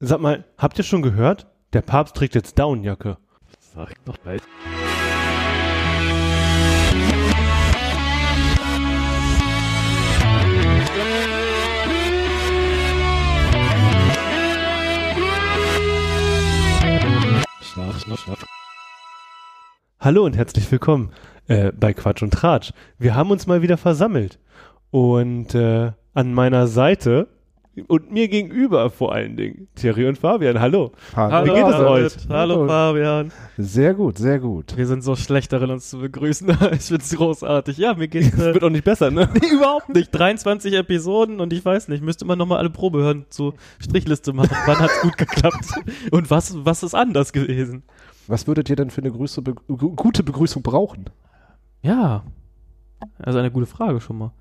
Sag mal, habt ihr schon gehört? Der Papst trägt jetzt Downjacke. Sag doch bald. Schnapp, schnapp, schnapp. Hallo und herzlich willkommen äh, bei Quatsch und Tratsch. Wir haben uns mal wieder versammelt. Und äh, an meiner Seite und mir gegenüber vor allen Dingen Thierry und Fabian. Hallo. Hallo. Wie geht es David. euch? Hallo Hallo. Fabian. Sehr gut, sehr gut. Wir sind so schlecht darin, uns zu begrüßen. Ich find's großartig. Ja, mir geht's Es äh, wird auch nicht besser, ne? nee, überhaupt nicht. 23 Episoden und ich weiß nicht, müsste man nochmal alle Probe hören, zu Strichliste machen. Wann hat's gut geklappt? Und was, was ist anders gewesen? Was würdet ihr denn für eine Grüße, be gu- gute Begrüßung brauchen? Ja. Also eine gute Frage schon mal.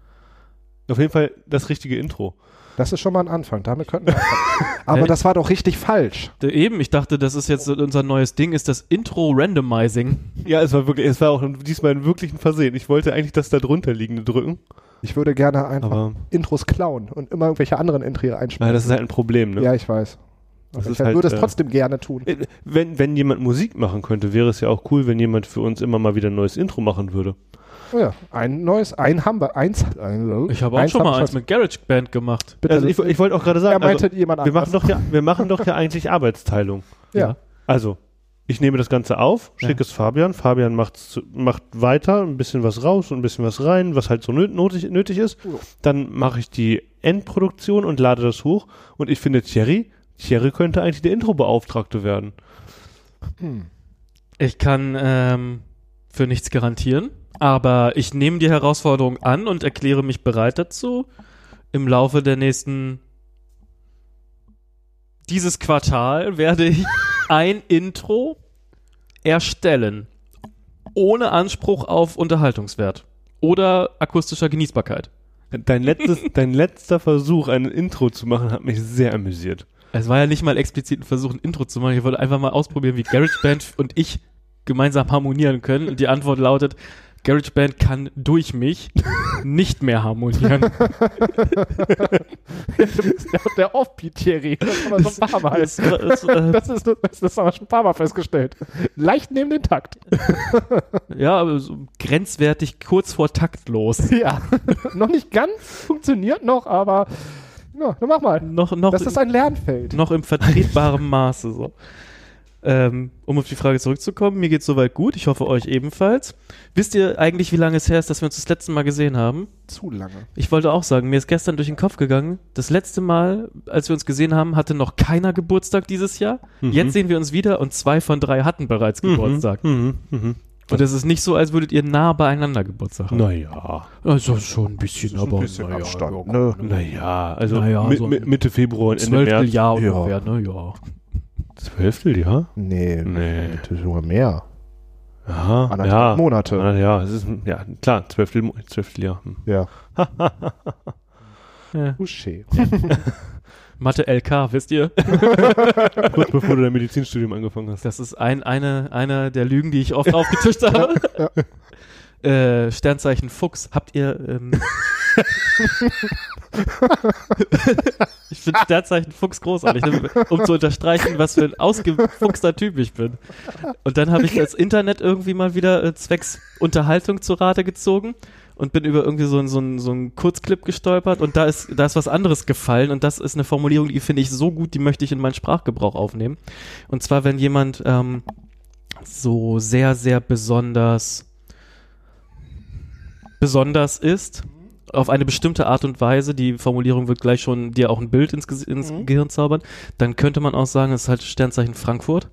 Auf jeden Fall das richtige Intro. Das ist schon mal ein Anfang. Damit könnten wir anfangen. Aber das war doch richtig falsch. Da Eben, ich dachte, das ist jetzt unser neues Ding, ist das Intro-Randomizing. Ja, es war wirklich, es war auch diesmal ein wirklich ein Versehen. Ich wollte eigentlich das da drunter liegende drücken, Ich würde gerne einfach aber Intros klauen und immer irgendwelche anderen Intri na, einspielen. das ist halt ein Problem, ne? ja, ich weiß. Aber ist ich halt, würde es äh, trotzdem gerne tun. Äh, Wenn, wenn jemand Musik machen könnte, wäre es ja auch cool, wenn jemand für uns immer mal wieder ein neues Intro machen würde. Oh ja, ein neues, ein haben wir, eins. Ein, Ich habe auch schon haben mal wir eins mit GarageBand gemacht. Bitte, Also ich, ich wollte auch gerade er sagen, also, meinte jemand wir, machen anders. doch ja, wir machen doch ja eigentlich Arbeitsteilung. ja. Also, ich nehme das Ganze auf, schicke Ja. es Fabian, Fabian macht's, zu- macht weiter, ein bisschen was raus und ein bisschen was rein, was halt so nöt- notig, nötig ist. Ja. Dann mache ich die Endproduktion und lade das hoch. Und ich finde Thierry, Thierry könnte eigentlich der Introbeauftragte werden. Hm. Ich kann ähm, für nichts garantieren, aber ich nehme die Herausforderung an und erkläre mich bereit dazu, im Laufe der nächsten dieses Quartal werde ich ein Intro erstellen, ohne Anspruch auf Unterhaltungswert oder akustischer Genießbarkeit. Dein, letztes, dein letzter Versuch, ein Intro zu machen, hat mich sehr amüsiert. Es war ja nicht mal explizit ein Versuch, ein Intro zu machen. Ich wollte einfach mal ausprobieren, wie GarageBand und ich gemeinsam harmonieren können. Und die Antwort lautet, GarageBand kann durch mich nicht mehr harmonieren. Der, der Offbeat Thierry. Das haben wir schon ein paar Mal. Es war- es äh, war- Das, ist, das, das haben wir schon ein paar Mal festgestellt. Leicht neben den Takt. ja, aber so grenzwertig kurz vor taktlos. Ja. noch nicht ganz, funktioniert noch, aber ja, dann mach mal. Noch, noch, Das ist ein Lernfeld. noch im vertretbaren Maße. So. Ähm, um auf die Frage zurückzukommen, mir geht's soweit gut. Ich hoffe, euch ebenfalls. Wisst ihr eigentlich, wie lange es her ist, dass wir uns das letzte Mal gesehen haben? Zu lange. Ich wollte auch sagen, mir ist gestern durch den Kopf gegangen, das letzte Mal, als wir uns gesehen haben, hatte noch keiner Geburtstag dieses Jahr. Mhm. Jetzt sehen wir uns wieder und zwei von drei hatten bereits Geburtstag. Mhm. Mhm. Und es ist nicht so, als würdet ihr nah beieinander Geburtstag haben. Naja, Also schon ein bisschen, aber naja, Abstand. ja. Ne? naja, also Naja, mi so mi Mitte Februar und Ende Zwölftel März. Jahr Ja. ungefähr, ne? Ja. Zwölftel, ja? Nee, Nee. natürlich nur mehr. Aha, Anderthalb ja. Monate. Ah, ja, es ist, ja, klar, zwölftel, Mo- zwölftel Jahr. Hm. Ja. ja. Touché. Mathe LK, wisst ihr? Kurz bevor du dein Medizinstudium angefangen hast. Das ist ein, eine, eine der Lügen, die ich oft aufgetischt habe. Äh, Sternzeichen Fuchs, habt ihr. Ähm ich finde Sternzeichen Fuchs großartig, ne? um zu unterstreichen, was für ein ausgefuchster Typ ich bin. Und dann habe ich das Internet irgendwie mal wieder äh, zwecks Unterhaltung zu Rate gezogen und bin über irgendwie so einen so einen- so ein Kurzclip gestolpert und da ist, da ist was anderes gefallen und das ist eine Formulierung, die finde ich so gut, die möchte ich in meinen Sprachgebrauch aufnehmen. Und zwar, wenn jemand ähm, so sehr, sehr besonders besonders ist, auf eine bestimmte Art und Weise, die Formulierung wird gleich schon dir auch ein Bild ins, Ges- ins Mhm. Gehirn zaubern, dann könnte man auch sagen, es ist halt Sternzeichen Frankfurt.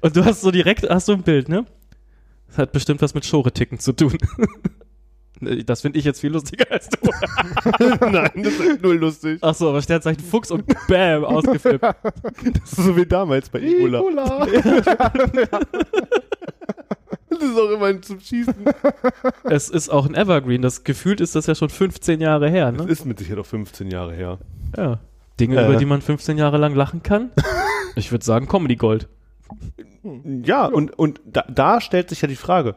und du hast so direkt, hast so ein Bild, ne? Das hat bestimmt was mit Schore-Ticken zu tun. Das finde ich jetzt viel lustiger als du. Nein, das ist halt null lustig. Achso, aber Sternzeichen Fuchs und Bam, ausgeflippt. Das ist so wie damals bei Ebola. Nicola. Das ist auch immer zum Schießen. Es ist auch ein Evergreen. Das gefühlt ist das ja schon 15 Jahre her, Das ne? ist mit Sicherheit auch 15 Jahre her. Ja. Dinge, Äh. über die man 15 Jahre lang lachen kann. Ich würde sagen Comedy Gold. Ja, und, und da, da stellt sich ja die Frage,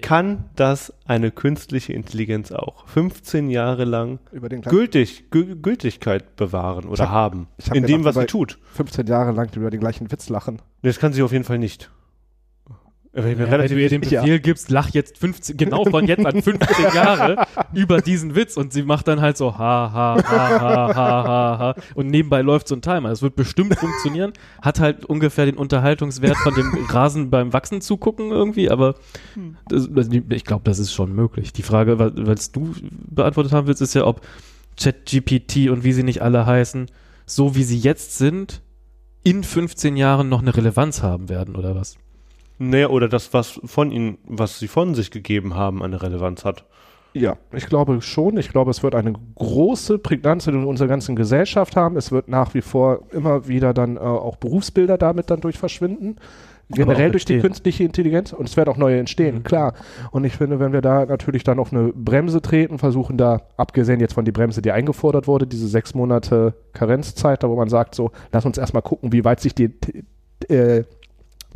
kann das eine künstliche Intelligenz auch 15 Jahre lang Über den gleichen, gültig, gü Gültigkeit bewahren oder hab- haben? ich hab in dem, gedacht, was sie wobei- tut. 15 Jahre lang über den gleichen Witz lachen. Das kann sie auf jeden Fall nicht. Aber ich bin Ja, wenn du relativ ihr den sicher. Befehl gibst, lach jetzt 15, genau von jetzt an 15 Jahre über diesen Witz und sie macht dann halt so ha ha ha ha ha ha ha und nebenbei läuft so ein Timer. Es wird bestimmt funktionieren, hat halt ungefähr den Unterhaltungswert von dem Rasen beim Wachsen zugucken irgendwie, aber das, das- ich glaube, das ist schon möglich. Die Frage, wa- was du beantwortet haben willst, ist ja, ob ChatGPT und wie sie nicht alle heißen, so wie sie jetzt sind, in 15 Jahren noch eine Relevanz haben werden oder was? Naja, oder das, was von ihnen, was sie von sich gegeben haben, eine Relevanz hat. Ja, ich glaube schon. Ich glaube, es wird eine große Prägnanz in unserer ganzen Gesellschaft haben. Es wird nach wie vor immer wieder dann äh, auch Berufsbilder damit dann durch verschwinden. Generell auch durch die entstehen. Mhm. künstliche Intelligenz und es werden auch neue entstehen, klar. Und ich finde, wenn wir da natürlich dann auf eine Bremse treten, versuchen da, abgesehen jetzt von die Bremse, die eingefordert wurde, diese sechs Monate Karenzzeit, da wo man sagt, so, lass uns erstmal gucken, wie weit sich die T- äh,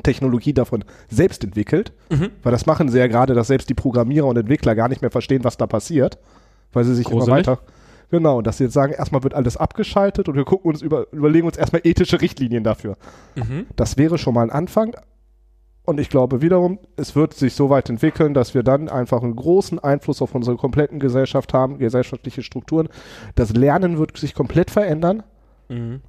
Technologie davon selbst entwickelt. Weil das machen sie ja gerade, dass selbst die Programmierer und Entwickler gar nicht mehr verstehen, was da passiert, weil sie sich immer Gruselig. weiter. Genau, dass sie jetzt sagen, erstmal wird alles abgeschaltet und wir gucken uns über, überlegen uns erstmal ethische Richtlinien dafür. Mhm. Das wäre schon mal ein Anfang. Und ich glaube wiederum, es wird sich so weit entwickeln, dass wir dann einfach einen großen Einfluss auf unsere kompletten Gesellschaft haben, gesellschaftliche Strukturen. Das Lernen wird sich komplett verändern. Mhm.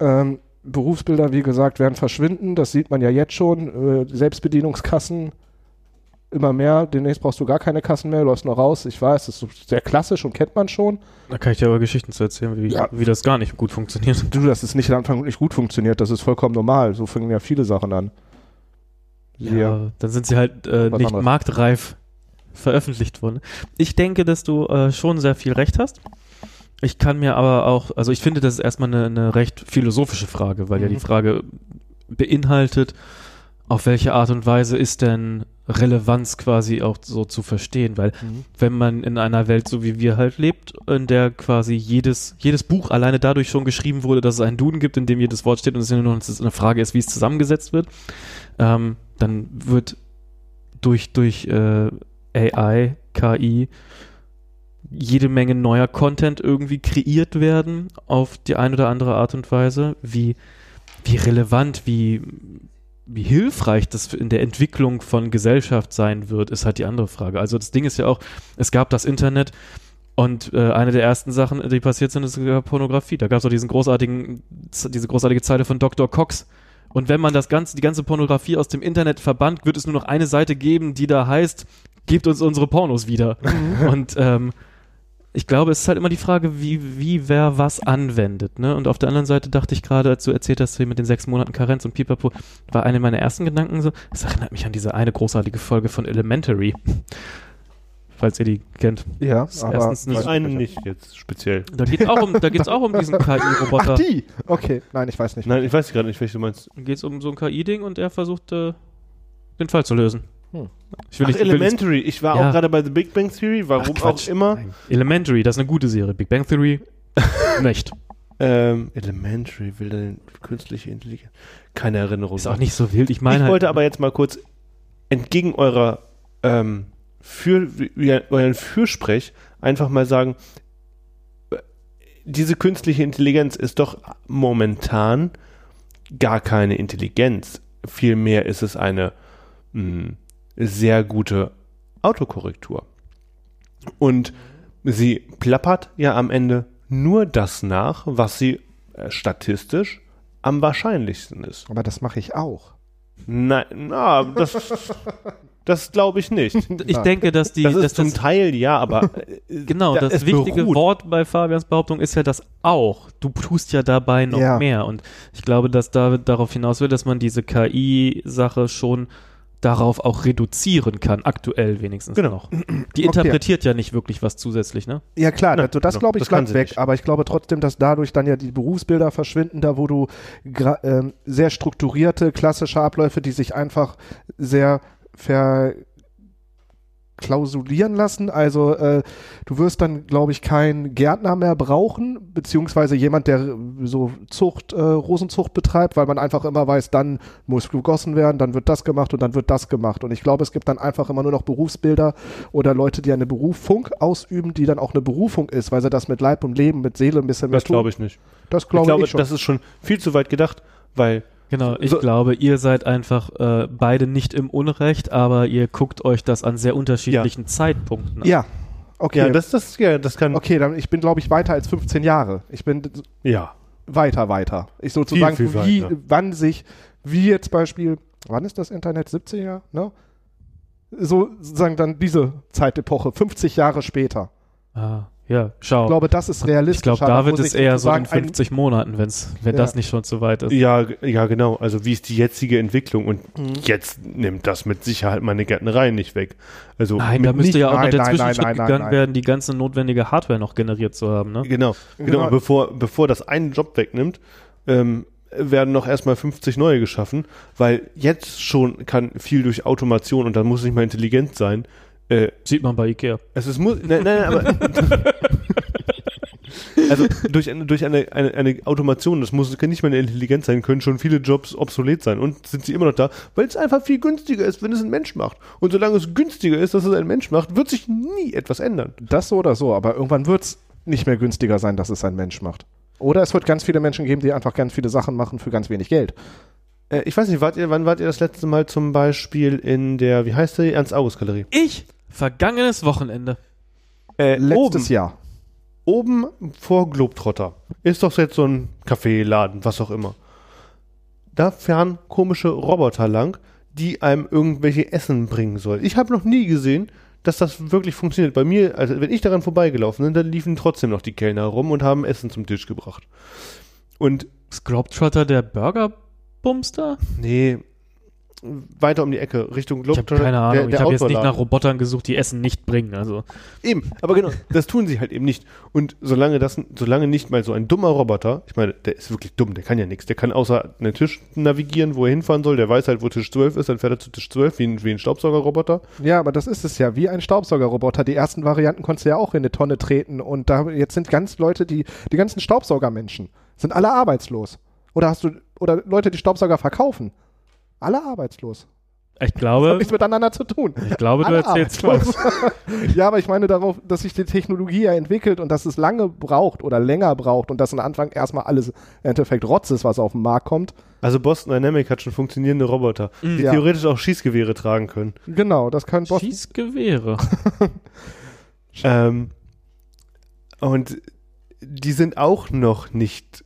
Ähm, Berufsbilder, wie gesagt, werden verschwinden. Das sieht man ja jetzt schon. Äh, Selbstbedienungskassen immer mehr. Demnächst brauchst du gar keine Kassen mehr, läufst noch raus. Ich weiß, das ist sehr klassisch und kennt man schon. Da kann ich dir aber Geschichten zu erzählen, wie, Ja. wie das gar nicht gut funktioniert. Du, dass es nicht am Anfang nicht gut funktioniert, das ist vollkommen normal. So fangen ja viele Sachen an. Ja. Dann sind sie halt äh, Was nicht anderes. marktreif veröffentlicht worden. Ich denke, dass du äh, schon sehr viel recht hast. Ich kann mir aber auch, also ich finde, das ist erstmal eine, eine recht philosophische Frage, weil ja Mhm. die Frage beinhaltet, auf welche Art und Weise ist denn Relevanz quasi auch so zu verstehen, weil wenn man in einer Welt, so wie wir halt lebt, in der quasi jedes, jedes Buch alleine dadurch schon geschrieben wurde, dass es einen Duden gibt, in dem jedes Wort steht und es nur noch eine Frage ist, wie es zusammengesetzt wird, ähm, dann wird durch, durch äh, AI, KI jede Menge neuer Content irgendwie kreiert werden auf die eine oder andere Art und Weise, wie, wie relevant, wie, wie hilfreich das in der Entwicklung von Gesellschaft sein wird, ist halt die andere Frage. Also das Ding ist ja auch, es gab das Internet und äh, eine der ersten Sachen, die passiert sind, ist sogar Pornografie. Da gab es auch diesen großartigen, diese großartige Zeile von Dr. Cox. Und wenn man das ganze, die ganze Pornografie aus dem Internet verbannt, wird es nur noch eine Seite geben, die da heißt, gebt uns unsere Pornos wieder. und ähm, ich glaube, es ist halt immer die Frage, wie, wie wer was anwendet. Ne? Und auf der anderen Seite dachte ich gerade, als du erzählt hast, hier mit den sechs Monaten Karenz und Pipapo, war einer meiner ersten Gedanken so, das erinnert mich an diese eine großartige Folge von Elementary. Falls ihr die kennt. Ja, ist aber. erstens eine- Einen nicht jetzt speziell. Da geht es auch, um, da geht's auch um diesen Ne. Ach, KI-Roboter. die! Okay, nein, ich weiß nicht. Nein, ich weiß gerade nicht, welche du meinst. Da geht es um so ein KI-Ding und er versucht, äh, den Fall zu lösen. Hm. Ich will Ach, nicht, ich will nicht- Elementary. Ich war Ja. auch gerade bei The Big Bang Theory, Ach, warum auch Quatsch. immer. Nein. Elementary, das ist eine gute Serie. Big Bang Theory, nicht. Ähm, Elementary will dann künstliche Intelligenz. Keine Erinnerung. Ist dran. auch nicht so wild. Ich ich meine halt, wollte aber jetzt mal kurz entgegen eurer ähm, für, wie- euren Fürsprech einfach mal sagen, äh, diese künstliche Intelligenz ist doch momentan gar keine Intelligenz. Vielmehr ist es eine mh, sehr gute Autokorrektur. Und sie plappert ja am Ende nur das nach, was sie äh, statistisch am wahrscheinlichsten ist. Aber das mache ich auch. Nein, na, das, das glaube ich nicht. ich denke, dass die, Das ist dass zum Teil ja, aber äh, Genau, da- das es wichtige beruht. Wort bei Fabians Behauptung ist ja das auch. Du tust ja dabei noch Ja. mehr. Und ich glaube, dass David darauf hinaus will, dass man diese KI-Sache schon darauf auch reduzieren kann, aktuell wenigstens Genau. noch. Die interpretiert ja nicht wirklich was zusätzlich, ne? Ja klar, Nein, also das genau, glaube ich das kann bleibt sie weg, nicht. aber ich glaube trotzdem, dass dadurch dann ja die Berufsbilder verschwinden, da wo du gra- ähm, sehr strukturierte, klassische Abläufe, die sich einfach sehr ver klausulieren lassen. Also äh, du wirst dann, glaube ich, keinen Gärtner mehr brauchen, beziehungsweise jemand, der so Zucht, äh, Rosenzucht betreibt, weil man einfach immer weiß, dann muss gegossen werden, dann wird das gemacht und dann wird das gemacht. Und ich glaube, es gibt dann einfach immer nur noch Berufsbilder oder Leute, die eine Berufung ausüben, die dann auch eine Berufung ist, weil sie das mit Leib und Leben, mit Seele ein bisschen Das glaube ich nicht. Das glaube ich, ich glaube, schon. das ist schon viel zu weit gedacht, weil Genau, ich So- glaube, ihr seid einfach äh, beide nicht im Unrecht, aber ihr guckt euch das an sehr unterschiedlichen Zeitpunkten an. ja, okay. ja, das, das, ja, das kann okay, dann ich bin, glaube ich, weiter als 15 Jahre. Ich bin d- ja. weiter, weiter. Ich sozusagen, Viel, viel wie, weiter. wann sich, wie jetzt Beispiel, wann ist das Internet? 70er, ne? So sozusagen dann diese Zeitepoche, 50 Jahre später. Ah, ja, schau. Ich glaube, das ist Ich realistisch. glaube, aber David muss ist ich eher so sozusagen in 50 Monaten, wenn's, wenn Ja. das nicht schon zu weit ist. Ja, g- ja, genau. Also wie ist die jetzige Entwicklung? Und jetzt nimmt das mit Sicherheit meine Gärtnerei nicht weg. Also Nein, mit da müsste ja auch noch nein, der nein, Zwischenschritt nein, nein, gegangen nein. werden, die ganze notwendige Hardware noch generiert zu haben. Ne? Genau, genau. Genau. Und Bevor, bevor das einen Job wegnimmt, ähm, werden noch erstmal 50 neue geschaffen, weil jetzt schon kann viel durch Automation und da muss nicht mal intelligent sein. Äh, Sieht man bei Ikea. Also es ist muss, nein, nein, aber also durch eine durch eine, eine, eine Automation, das muss kann nicht mal eine Intelligenz sein, können schon viele Jobs obsolet sein und sind sie immer noch da, weil es einfach viel günstiger ist, wenn es ein Mensch macht. Und solange es günstiger ist, dass es ein Mensch macht, wird sich nie etwas ändern. Das so oder so, aber irgendwann wird es nicht mehr günstiger sein, dass es ein Mensch macht. Oder es wird ganz viele Menschen geben, die einfach ganz viele Sachen machen für ganz wenig Geld. Äh, ich weiß nicht, wart ihr, wann wart ihr das letzte Mal zum Beispiel in der, wie heißt die, Ernst-August-Galerie? Ich? Vergangenes Wochenende. Äh, Letztes oben, Jahr. oben vor Globetrotter. Ist doch jetzt so ein Kaffeeladen, was auch immer. Da fahren komische Roboter lang, die einem irgendwelche Essen bringen sollen. Ich habe noch nie gesehen, dass das wirklich funktioniert. Bei mir, also wenn ich daran vorbeigelaufen bin, dann liefen trotzdem noch die Kellner rum und haben Essen zum Tisch gebracht. Und Ist Globetrotter der Burger-Bumster? nee, weiter um die Ecke, Richtung Ich habe Globetrotter. keine der- Ahnung. der ich habe jetzt nicht Outdoor-Laden. nach Robotern gesucht, die Essen nicht bringen. Also Eben, aber genau, das tun sie halt eben nicht. Und solange das, solange nicht mal so ein dummer Roboter, ich meine, der ist wirklich dumm, der kann ja nichts, der kann außer einen Tisch navigieren, wo er hinfahren soll, der weiß halt, wo Tisch 12 ist, dann fährt er zu Tisch 12, wie ein, wie ein Staubsaugerroboter. Ja, aber das ist es ja, wie ein Staubsaugerroboter. Die ersten Varianten konntest du ja auch in eine Tonne treten. Und da, jetzt sind ganz Leute, die, die ganzen Staubsaugermenschen, sind alle arbeitslos. Oder hast du, oder Leute, die Staubsauger verkaufen. Alle arbeitslos. ich Das hat glaube, nichts miteinander zu tun. ich glaube, du Alle erzählst was. arbeitslos. ja, aber ich meine darauf, dass sich die Technologie ja entwickelt und dass es lange braucht oder länger braucht und dass am Anfang erstmal alles im Endeffekt Rotz ist, was auf den Markt kommt. Also Boston Dynamic hat schon funktionierende Roboter, die Ja. theoretisch auch Schießgewehre tragen können. Genau, das kann Boston. Schießgewehre. Ähm, und die sind auch noch nicht,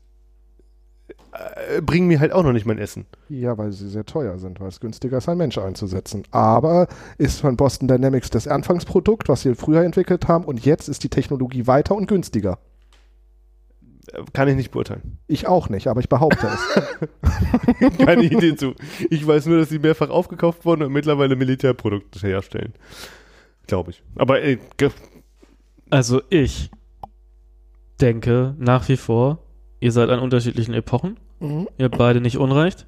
äh, bringen mir halt auch noch nicht mein Essen. Ja, weil sie sehr teuer sind, weil es günstiger ist, einen Mensch einzusetzen. Aber ist von Boston Dynamics das Anfangsprodukt, was sie früher entwickelt haben, und jetzt ist die Technologie weiter und günstiger. Äh, Kann ich nicht beurteilen. Ich auch nicht, aber ich behaupte es. Keine Idee zu. Ich weiß nur, dass sie mehrfach aufgekauft wurden und mittlerweile Militärprodukte herstellen. Glaube ich. Aber äh, ge- Also ich denke nach wie vor, ihr seid an unterschiedlichen Epochen. Ihr habt beide nicht unrecht.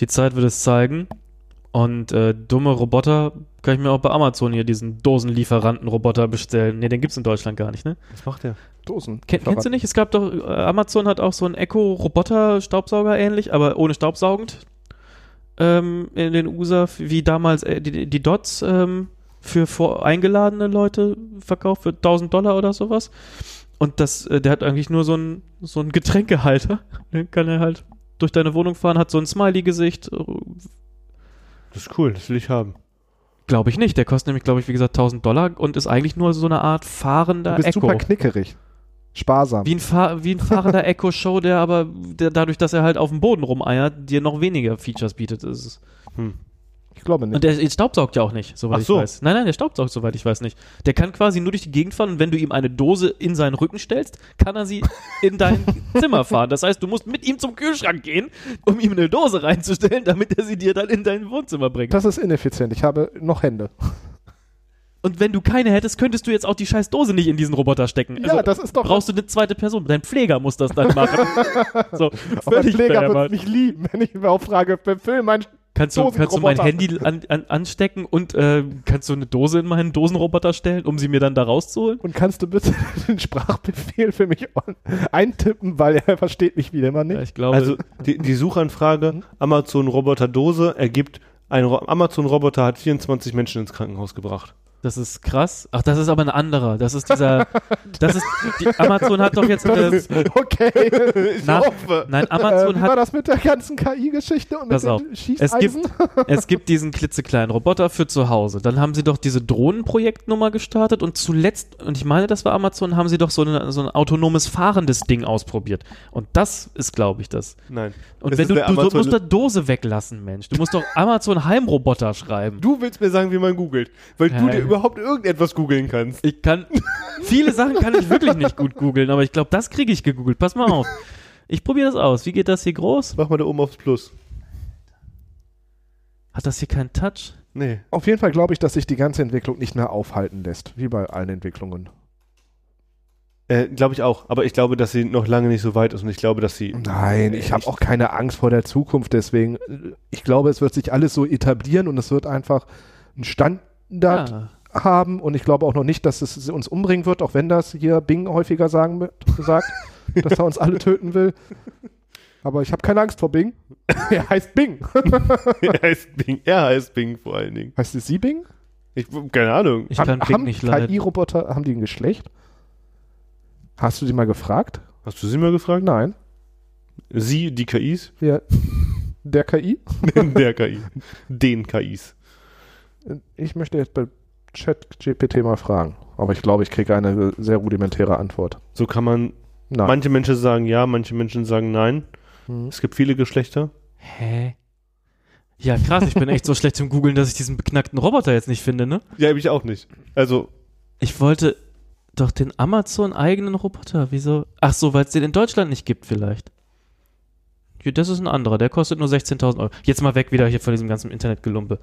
Die Zeit wird es zeigen. Und äh, dumme Roboter kann ich mir auch bei Amazon hier diesen Dosenlieferanten-Roboter bestellen. Ne, den gibt's in Deutschland gar nicht, ne? was macht der? Dosen. Ken, kennst du nicht? Es gab doch, äh, Amazon hat auch so einen Echo-Roboter-Staubsauger ähnlich, aber ohne Staubsaugend. Ähm, in den USA, wie damals äh, die, die Dots ähm, für vor eingeladene Leute verkauft für 1000 Dollar oder sowas. Und das, äh, der hat eigentlich nur so einen, so einen Getränkehalter. Den kann er halt durch deine Wohnung fahren, hat so ein Smiley-Gesicht. Das ist cool, das will ich haben. Glaube ich nicht. Der kostet nämlich, glaube ich, wie gesagt 1000 Dollar und ist eigentlich nur so eine Art Du fahrender bist Echo. super knickerig. Sparsam. Wie ein, Fahr wie ein fahrender Echo Show, der aber der, dadurch, dass er halt auf dem Boden rumeiert, dir noch weniger Features bietet. Das Ist. Ich glaube nicht. Und der, der staubsaugt ja auch nicht, soweit Ach ich so. weiß. Nein, nein, der staubsaugt, soweit ich weiß nicht. Der kann quasi nur durch die Gegend fahren und wenn du ihm eine Dose in seinen Rücken stellst, kann er sie in dein Zimmer fahren. Das heißt, du musst mit ihm zum Kühlschrank gehen, um ihm eine Dose reinzustellen, damit er sie dir dann in dein Wohnzimmer bringt. Das ist ineffizient. Ich habe noch Hände. Und wenn du keine hättest, könntest du jetzt auch die scheiß Dose nicht in diesen Roboter stecken. Also ja, das ist doch. brauchst du eine zweite Person. Dein Pfleger muss das dann machen. so, mein völlig Pfleger behämmert. wird mich lieben, wenn ich ihn auch frage, befüll mein Kannst du, kannst du mein Dosenroboter. Handy an, an, anstecken und äh, kannst du eine Dose in meinen Dosenroboter stellen, um sie mir dann da rauszuholen? Und kannst du bitte den Sprachbefehl für mich on- eintippen, weil er versteht mich wieder immer Ja, nicht. ich glaube, Also die, die Suchanfrage Amazon-Roboter-Dose ergibt, ein Ro- Amazon-Roboter hat 24 Menschen ins Krankenhaus gebracht. das ist krass. Ach, das ist aber ein anderer. Das ist dieser. Das ist. Die Amazon hat doch jetzt. Äh, Okay. nach, hoffe. nein, Äh, Amazon wie war hat. das mit der ganzen KI-Geschichte und Pass mit auf, den Es gibt, Schießeisen? es gibt diesen klitzekleinen Roboter für zu Hause. Dann haben sie doch diese Drohnenprojektnummer gestartet und zuletzt, und ich meine, das war Amazon, haben sie doch so, eine, so ein autonomes fahrendes Ding ausprobiert. Und das ist, glaube ich, das. Nein. Und Das wenn ist du, der du, du Amazon- musst da Dose weglassen, Mensch. Du musst doch Amazon Heimroboter schreiben. Du willst mir sagen, wie man googelt, weil Ja, du dir ja. überhaupt irgendetwas googeln kannst. Ich kann viele Sachen kann ich wirklich nicht gut googeln, aber ich glaube, das kriege ich gegoogelt. Pass mal auf. Ich probiere das aus. Wie geht das hier groß? Mach mal da oben aufs Plus. Hat das hier keinen Touch? Nee. Auf jeden Fall glaube ich, dass sich die ganze Entwicklung nicht mehr aufhalten lässt, wie bei allen Entwicklungen. Äh, glaube ich auch. Aber ich glaube, dass sie noch lange nicht so weit ist und ich glaube, dass sie. Nein, ich habe auch keine Angst vor der Zukunft, deswegen, äh, ich glaube, es wird sich alles so etablieren und es wird einfach einen Standard Ja. haben und ich glaube auch noch nicht, dass es uns umbringen wird, auch wenn das hier Bing häufiger sagen wird, sagt, dass er uns alle töten will. Aber ich habe keine Angst vor Bing. er heißt Bing. er heißt Bing. Er heißt Bing vor allen Dingen. Heißt es Sie Bing? Ich, keine Ahnung. Ich kann Bing haben nicht leiden. KI-Roboter, haben die ein Geschlecht? Hast du die mal gefragt? Hast du sie mal gefragt? Nein. Sie, die KIs? Ja. Der KI? Der KI. Den KIs. Ich möchte jetzt bei ChatGPT mal fragen. Aber ich glaube, ich kriege eine sehr rudimentäre Antwort. So kann man. Nein. Manche Menschen sagen ja, manche Menschen sagen nein. Hm. Es gibt viele Geschlechter. Hä? Ja, krass, ich bin echt so schlecht im Googeln, dass ich diesen beknackten Roboter jetzt nicht finde, ne? Ja, ich auch nicht. Also, Ich wollte doch den Amazon-eigenen Roboter. Wieso? Ach so, weil es den in Deutschland nicht gibt, vielleicht. Ja, das ist ein anderer, der kostet nur 16.000 Euro. Jetzt mal weg wieder hier von diesem ganzen Internetgelumpe.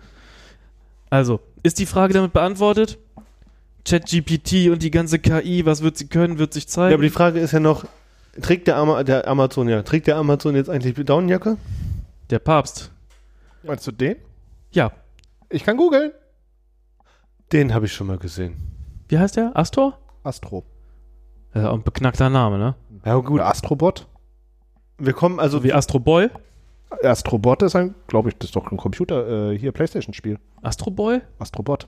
Also, ist die Frage damit beantwortet? ChatGPT und die ganze KI, was wird sie können, wird sich zeigen. ja, aber die Frage ist ja noch: Trägt der, Ama der Amazon ja, trägt der Amazon jetzt eigentlich Daunenjacke? der Papst. Meinst du den? Ja, Ich kann googeln. Den habe ich schon mal gesehen. wie heißt der? Astor? Astro. Ja, ein beknackter Name, ne? Ja, gut. Oder Astrobot. Wir kommen also. So wie Astro Boy. Astrobot ist ein, glaube ich, das ist doch ein Computer, äh, hier Playstation-Spiel. Astro Boy? Astrobot.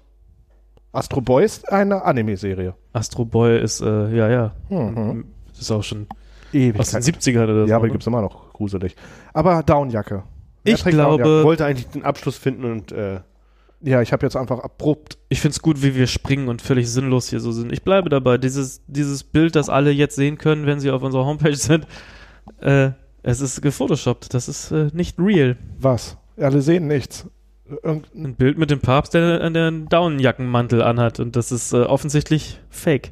Astro Boy ist eine Anime-Serie. Astro Boy ist, äh, ja, ja. Mhm. Das ist auch schon aus den Ewigkeit. 70ern oder so. Ja, aber ne? die gibt es immer noch gruselig. Aber Downjacke. Wer Ich trägt Downjacke? Ich glaube, wollte eigentlich den Abschluss finden und. Äh, Ja, ich habe jetzt einfach abrupt. ich finde es gut, wie wir springen und völlig sinnlos hier so sind. Ich bleibe dabei. Dieses, dieses Bild, das alle jetzt sehen können, wenn sie auf unserer Homepage sind, äh, es ist gefotoshoppt. Das ist äh, nicht real. Was? Alle sehen nichts. Irgendein Ein Bild mit dem Papst, der an der einen Daunenjackenmantel anhat. Und das ist äh, offensichtlich fake.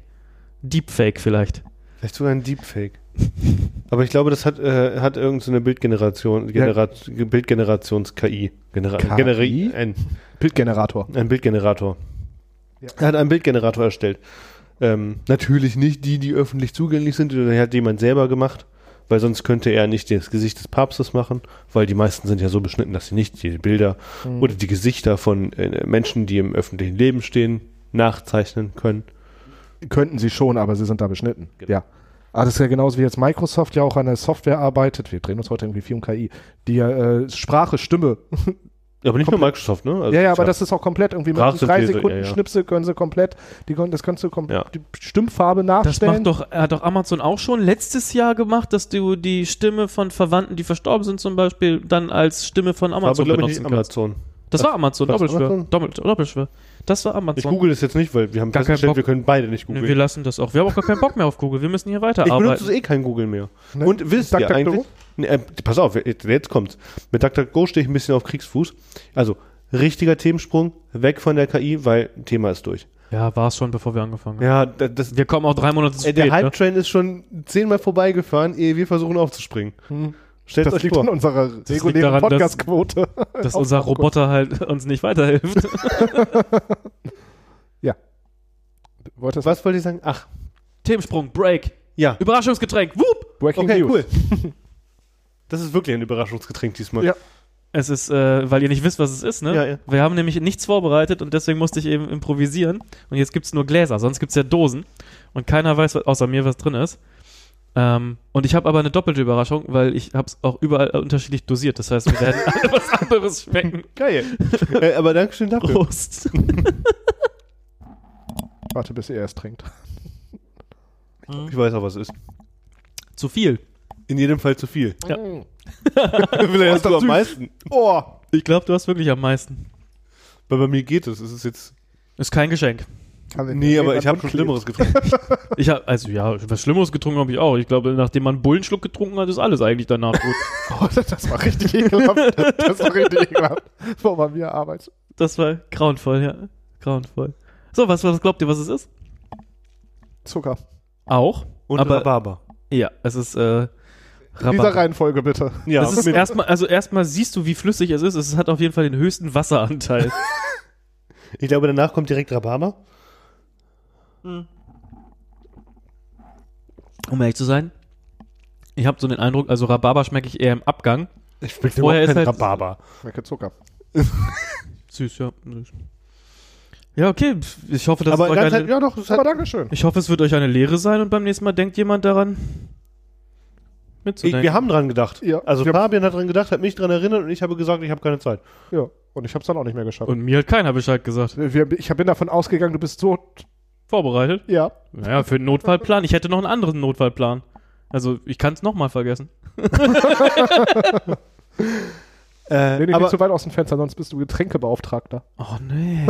Deepfake vielleicht. Vielleicht sogar ein Deepfake. Aber ich glaube, das hat, äh, hat irgendeine so eine Bildgeneration, Ja. Generat Bildgenerations-KI. Genera KI? Generi- ein, Bildgenerator. ein Bildgenerator. Ja. Er hat einen Bildgenerator erstellt. Ähm, natürlich nicht die, die öffentlich zugänglich sind, die hat jemand selber gemacht, weil sonst könnte er nicht das Gesicht des Papstes machen, weil die meisten sind ja so beschnitten, dass sie nicht die Bilder Mhm. oder die Gesichter von äh, Menschen, die im öffentlichen Leben stehen, nachzeichnen können. Könnten sie schon, aber sie sind da beschnitten. Genau. Ja. Aber das ist ja genauso wie jetzt Microsoft ja auch an der Software arbeitet. Wir drehen uns heute irgendwie viel um KI. Die äh, Sprache, Stimme. Aber nicht nur Microsoft, ne? Also ja, ja, ich aber hab- das ist auch komplett irgendwie mit Sprachsynthese, drei ja, Sekunden ja. Schnipsel können sie komplett, die, kon- das kannst du kom Ja. die Stimmfarbe Das nachstellen. macht doch, hat doch Amazon auch schon letztes Jahr gemacht, dass du die Stimme von Verwandten, die verstorben sind zum Beispiel, dann als Stimme von war aber, Amazon glaube ich, benutzen nicht kannst. Amazon. Das war Amazon, Was, Doppelschwör. Amazon? Doppel, Doppelschwör. Das war Ich Amazon. google das jetzt nicht, weil wir haben Gar keinen festgestellt, Bock. wir können beide nicht Nee, wir googeln. lassen das auch. Wir haben auch gar keinen Bock mehr auf Google. Wir müssen hier Ich benutze weiterarbeiten. eh kein Google mehr. Ne? Und wisst ihr DuckDuckGo? eigentlich... Nee, äh, pass auf, jetzt jetzt kommt's. Mit DuckDuckGo stehe ich ein bisschen auf Kriegsfuß. Also, richtiger Themensprung, weg von der KI, weil Thema ist durch. Ja, war es schon, bevor wir angefangen haben. Ja, da- das... Wir kommen auch drei Monate zu Äh, spät. der ne? Hype-Train ist schon zehnmal vorbeigefahren, ehe wir versuchen aufzuspringen. Hm. Stellt Das euch liegt an vor. unserer liegt regulären daran, dass- Podcast-Quote. Oh Dass unser Roboter halt uns nicht weiterhilft. Wolltest Was wollte ich sagen? Ach, Themensprung, Break, ja. Überraschungsgetränk, Wupp! Breaking Okay, News. cool. Das ist wirklich ein Überraschungsgetränk diesmal. Ja. Es ist, äh, weil ihr nicht wisst, was es ist, ne? Ja, ja. Wir haben nämlich nichts vorbereitet und deswegen musste ich eben improvisieren. Und jetzt gibt's nur Gläser, sonst gibt's ja Dosen. Und keiner weiß, was- außer mir, was drin ist. Ähm, und ich habe aber eine doppelte Überraschung, weil ich hab's auch überall unterschiedlich dosiert. Das heißt, wir werden alle was anderes schmecken. Geil. äh, aber Dankeschön dafür. Prost. Warte, bis er es trinkt. Ich weiß auch, was es ist. Zu viel. In jedem Fall zu viel. Ja. Vielleicht hast du am meisten. Oh, Ich glaube, du hast wirklich am meisten. Weil bei mir geht es. Es ist jetzt. Ist kein Geschenk. kann sich Nee, nicht aber jemand ich habe schon anklebt. Schlimmeres getrunken. Ich hab, also ja, was Schlimmeres getrunken habe ich auch. Ich glaube, nachdem man einen Bullenschluck getrunken hat, ist alles eigentlich danach gut. Oh, das- das war richtig ekelhaft. Das war richtig ekelhaft. Vor bei mir Arbeit. Das war grauenvoll, ja. Grauenvoll. So, was, was glaubt ihr, was es ist? Zucker. Auch. Und aber Rhabarber. ja, es ist äh, In dieser Rhabarber. Reihenfolge bitte. Ja, das ist mit- erstmal, also erstmal siehst du, wie flüssig es ist. Es hat auf jeden Fall den höchsten Wasseranteil. ich glaube, danach kommt direkt Rhabarber. um ehrlich zu sein, ich habe so den Eindruck, also Rhabarber schmecke ich eher im Abgang. Ich schmeckt Vorher überhaupt ist kein halt- Rhabarber. Schmecke Zucker. Süß, ja. Süß. Ja, okay. pf, Ich hoffe, das aber ist euch ganz eine, halt, ja doch, es Aber hat, Dankeschön. ich hoffe, es wird euch eine Lehre sein und beim nächsten Mal denkt jemand daran, ich, mitzudenken. wir haben dran gedacht. Ja. Also Ja. Fabian hat dran gedacht, hat mich dran erinnert und ich habe gesagt, ich habe keine Zeit. Ja. Und ich habe es dann auch nicht mehr geschafft. und mir hat keiner Bescheid gesagt. Wir, ich bin davon ausgegangen, du bist so. Vorbereitet? Ja. Naja, für einen Notfallplan. Ich hätte noch einen anderen Notfallplan. Also, ich kann es nochmal vergessen. Äh, Nee, nee, aber nicht zu weit aus dem Fenster, sonst bist du Getränkebeauftragter. Oh, nee.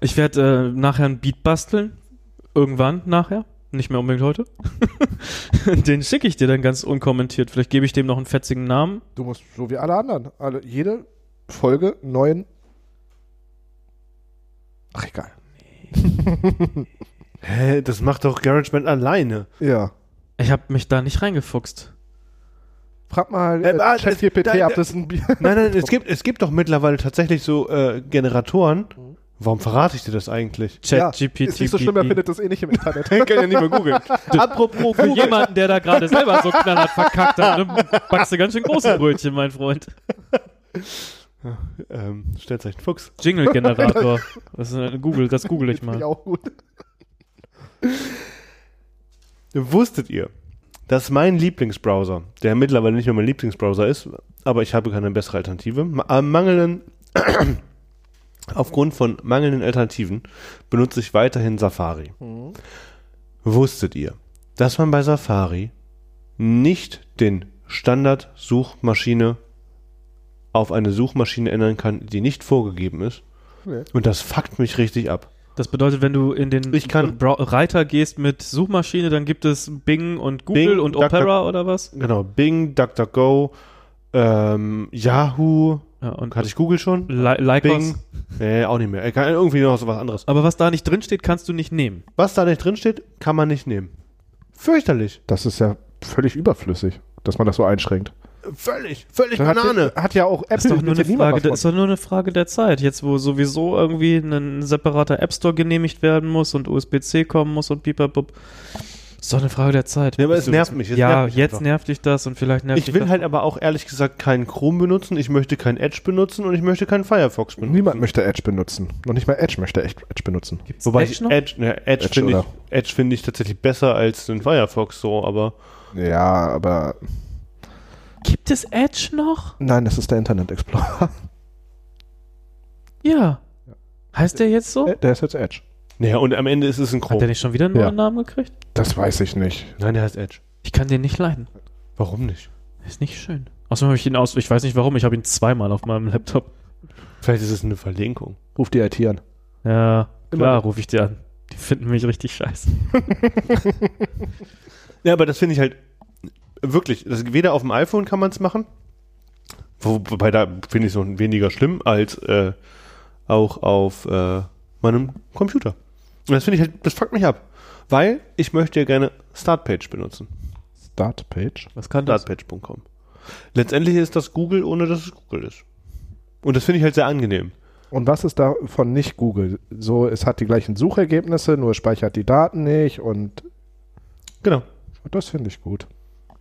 ich werde äh, nachher ein Beat basteln. Irgendwann nachher. Nicht mehr unbedingt heute. Den schicke ich dir dann ganz unkommentiert. Vielleicht gebe ich dem noch einen fetzigen Namen. Du musst so wie alle anderen. Alle, jede Folge neuen. Ach, egal. hä, das macht doch GarageBand alleine. Ja. Ich habe mich da nicht reingefuchst. Frag mal Ähm, ah, äh, ChatGPT, da- da- ob das ein Bier. Nein, nein, es gibt, es gibt doch mittlerweile tatsächlich so äh, Generatoren. Warum verrate ich dir das eigentlich? Ja, ChatGPT. Ist nicht so E. schlimm, er findet das eh nicht im Internet. Ich kann ja nicht mehr googeln. Apropos Für jemanden, der da gerade selber so knallhart verkackt hat, ne, backst du ganz schön große Brötchen, mein Freund. Ähm, Stellzeichen Fuchs. Jingle-Generator. Das, äh, Google, das google ich Finde mal. ich auch gut. Wusstet ihr, dass mein Lieblingsbrowser, der mittlerweile nicht mehr mein Lieblingsbrowser ist, aber ich habe keine bessere Alternative, ma- am mangelnden, aufgrund von mangelnden Alternativen benutze ich weiterhin Safari. Wusstet ihr, dass man bei Safari nicht den Standard-Suchmaschine auf eine Suchmaschine ändern kann, die nicht vorgegeben ist? Nee. Und das fuckt mich richtig ab. Das bedeutet, wenn du in den Ich kann- Bra- Reiter gehst mit Suchmaschine, dann gibt es Bing und Google Bing, und Duck, Opera oder was? Genau, Bing, DuckDuckGo, ähm, Yahoo, Ja, und hatte ich Google schon? Li Lycos. Bing. Nee, auch nicht mehr. Äh, kann- Irgendwie noch so was anderes. Aber was da nicht drinsteht, kannst du nicht nehmen. Was da nicht drinsteht, kann man nicht nehmen. Fürchterlich. Das ist ja völlig überflüssig, dass man das so einschränkt. Völlig, völlig Hat ja- Hat ja auch Apple Das ist, doch nur wird eine ja niemand Frage, das was ist doch nur eine Frage der Zeit. Jetzt, wo sowieso irgendwie ein separater App Store genehmigt werden muss und USB-C kommen muss und pipapup. Ist doch eine Frage der Zeit. Ja, aber es nervt mich. Es ja, nervt mich jetzt einfach. nervt dich das und vielleicht nervt Ich dich will das. halt aber auch ehrlich gesagt keinen Chrome benutzen, ich möchte keinen Edge benutzen und ich möchte keinen Firefox von. benutzen. Niemand möchte Edge benutzen. Noch nicht mal Edge möchte echt Edge benutzen. Gibt's Wobei Edge ich noch? Edge, ne, Edge, Edge, finde ich, oder? Edge finde ich tatsächlich besser als den Firefox so, aber Ja, aber Gibt es Edge noch? nein, das ist der Internet Explorer. Ja. Heißt der jetzt so? Äh, Der ist jetzt Edge. naja, und am Ende ist es ein Hat der Chrome. nicht schon wieder einen neuen Ja. Namen gekriegt? Das weiß ich nicht. Nein, der heißt Edge. Ich kann den nicht leiden. Warum nicht? Ist nicht schön. Außerdem habe ich ihn aus. Ich weiß nicht warum, ich habe ihn zweimal auf meinem Laptop. Vielleicht ist es eine Verlinkung. Ruf die IT an. Ja, Immer klar, rufe ich dir an. Die finden mich richtig scheiße. Ja, aber das finde ich halt wirklich. Das, weder auf dem iPhone kann man es machen, wo- wobei da finde ich es noch weniger schlimm als äh, auch auf äh, meinem Computer. Und das finde ich halt, das fuckt mich ab, weil ich möchte ja gerne Startpage benutzen. Startpage. Was kann Startpage.com. Letztendlich ist das Google, ohne dass es Google ist. Und das finde ich halt sehr angenehm. Und was ist davon nicht Google? So, es hat die gleichen Suchergebnisse, nur speichert die Daten nicht und Genau, das finde ich gut.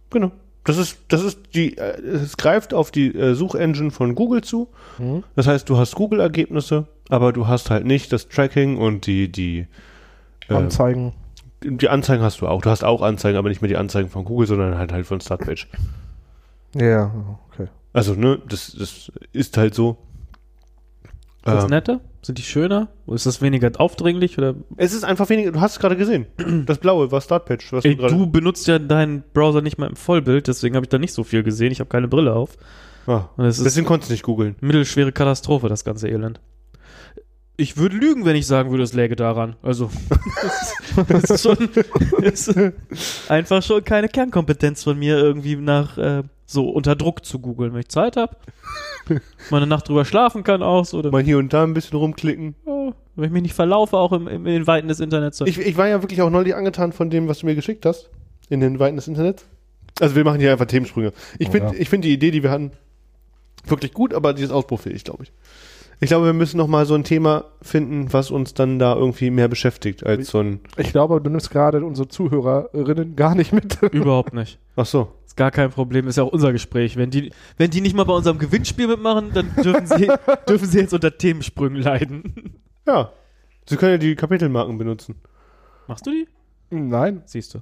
genau. Das ist, das ist die, äh, es greift auf die äh, Suchengine von Google zu. Mhm. Das heißt, du hast Google-Ergebnisse, aber du hast halt nicht das Tracking und die, die, äh, Anzeigen. die Anzeigen hast du auch. Du hast auch Anzeigen, aber nicht mehr die Anzeigen von Google, sondern halt halt von Startpage. Ähm. Ja, okay. Also, ne, das, das ist halt so. Sind Ähm, netter? Sind die schöner? Ist das weniger aufdringlich? Oder? es ist einfach weniger, du hast es gerade gesehen. Das blaue war Startpage. Was Ey, gerade- du benutzt ja deinen Browser nicht mal im Vollbild, deswegen habe ich da nicht so viel gesehen. Ich habe keine Brille auf. Ah, Und es ist deswegen konntest du nicht googeln. mittelschwere Katastrophe, das ganze Elend. Ich würde lügen, wenn ich sagen würde, es läge daran. Also, das ist, das ist schon das ist einfach schon keine Kernkompetenz von mir, irgendwie nach äh, so unter Druck zu googeln, wenn ich Zeit habe. Meine Nacht drüber schlafen kann auch, so, dann, Mal hier und da ein bisschen rumklicken. oh, wenn ich mich nicht verlaufe, auch im, im, in den Weiten des Internets. So. Ich, ich war ja wirklich auch neulich angetan von dem, was du mir geschickt hast. In den Weiten des Internets. Also wir machen hier einfach Themensprünge. Ich Oh, finde ja. ich finde die Idee, die wir hatten, wirklich gut, aber die ist ausbaufähig, glaube ich. Ich glaube, wir müssen noch mal so ein Thema finden, was uns dann da irgendwie mehr beschäftigt als so ein. Ich glaube, du nimmst gerade unsere Zuhörerinnen gar nicht mit. Überhaupt nicht. Ach so. Ist gar kein Problem, ist ja auch unser Gespräch. Wenn die, wenn die nicht mal bei unserem Gewinnspiel mitmachen, dann dürfen sie, dürfen sie jetzt unter Themensprüngen leiden. Ja. Sie können ja die Kapitelmarken benutzen. Machst du die? Nein. Siehst du.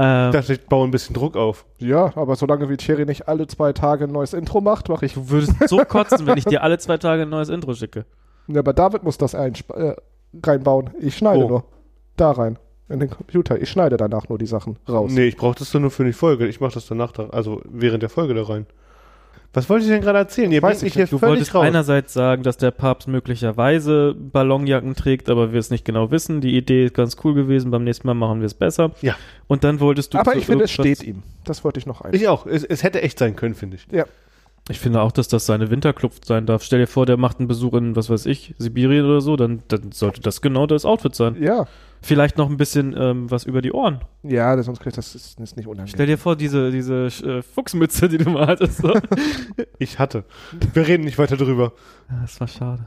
Ähm, Das ich baue ein bisschen Druck auf. Ja, aber solange wie Thierry nicht alle zwei Tage ein neues Intro macht, mache ich. du würdest so kotzen, wenn ich dir alle zwei Tage ein neues Intro schicke. Ja, aber David muss das einsp- äh, reinbauen. Ich schneide Wo? nur. Da rein. In den Computer. Ich schneide danach nur die Sachen raus. Nee, ich brauche das doch nur für die Folge. Ich mache das danach, da, also während der Folge da rein. Was wollte ich denn gerade erzählen? Ihr Weiß bringt mich ich hier nicht. Du völlig wolltest raus. einerseits sagen, dass der Papst möglicherweise Ballonjacken trägt, aber wir es nicht genau wissen. Die Idee ist ganz cool gewesen. Beim nächsten Mal machen wir es besser. Ja. Und dann wolltest du. aber zu ich finde, es irgendwas- steht ihm. Das wollte ich noch ein. Ich auch. Es, es hätte echt sein können, finde ich. Ich finde auch, dass das seine Winterkluft sein darf. Stell dir vor, der macht einen Besuch in, was weiß ich, Sibirien oder so, dann, dann sollte das genau das Outfit sein. ja. Vielleicht noch ein bisschen ähm, was über die Ohren. Ja, das- sonst kriegt das ist, ist nicht unangenehm. Stell dir vor, diese, diese äh, Fuchsmütze, die du mal hattest. So. Ich hatte. Wir reden nicht weiter drüber. das war schade.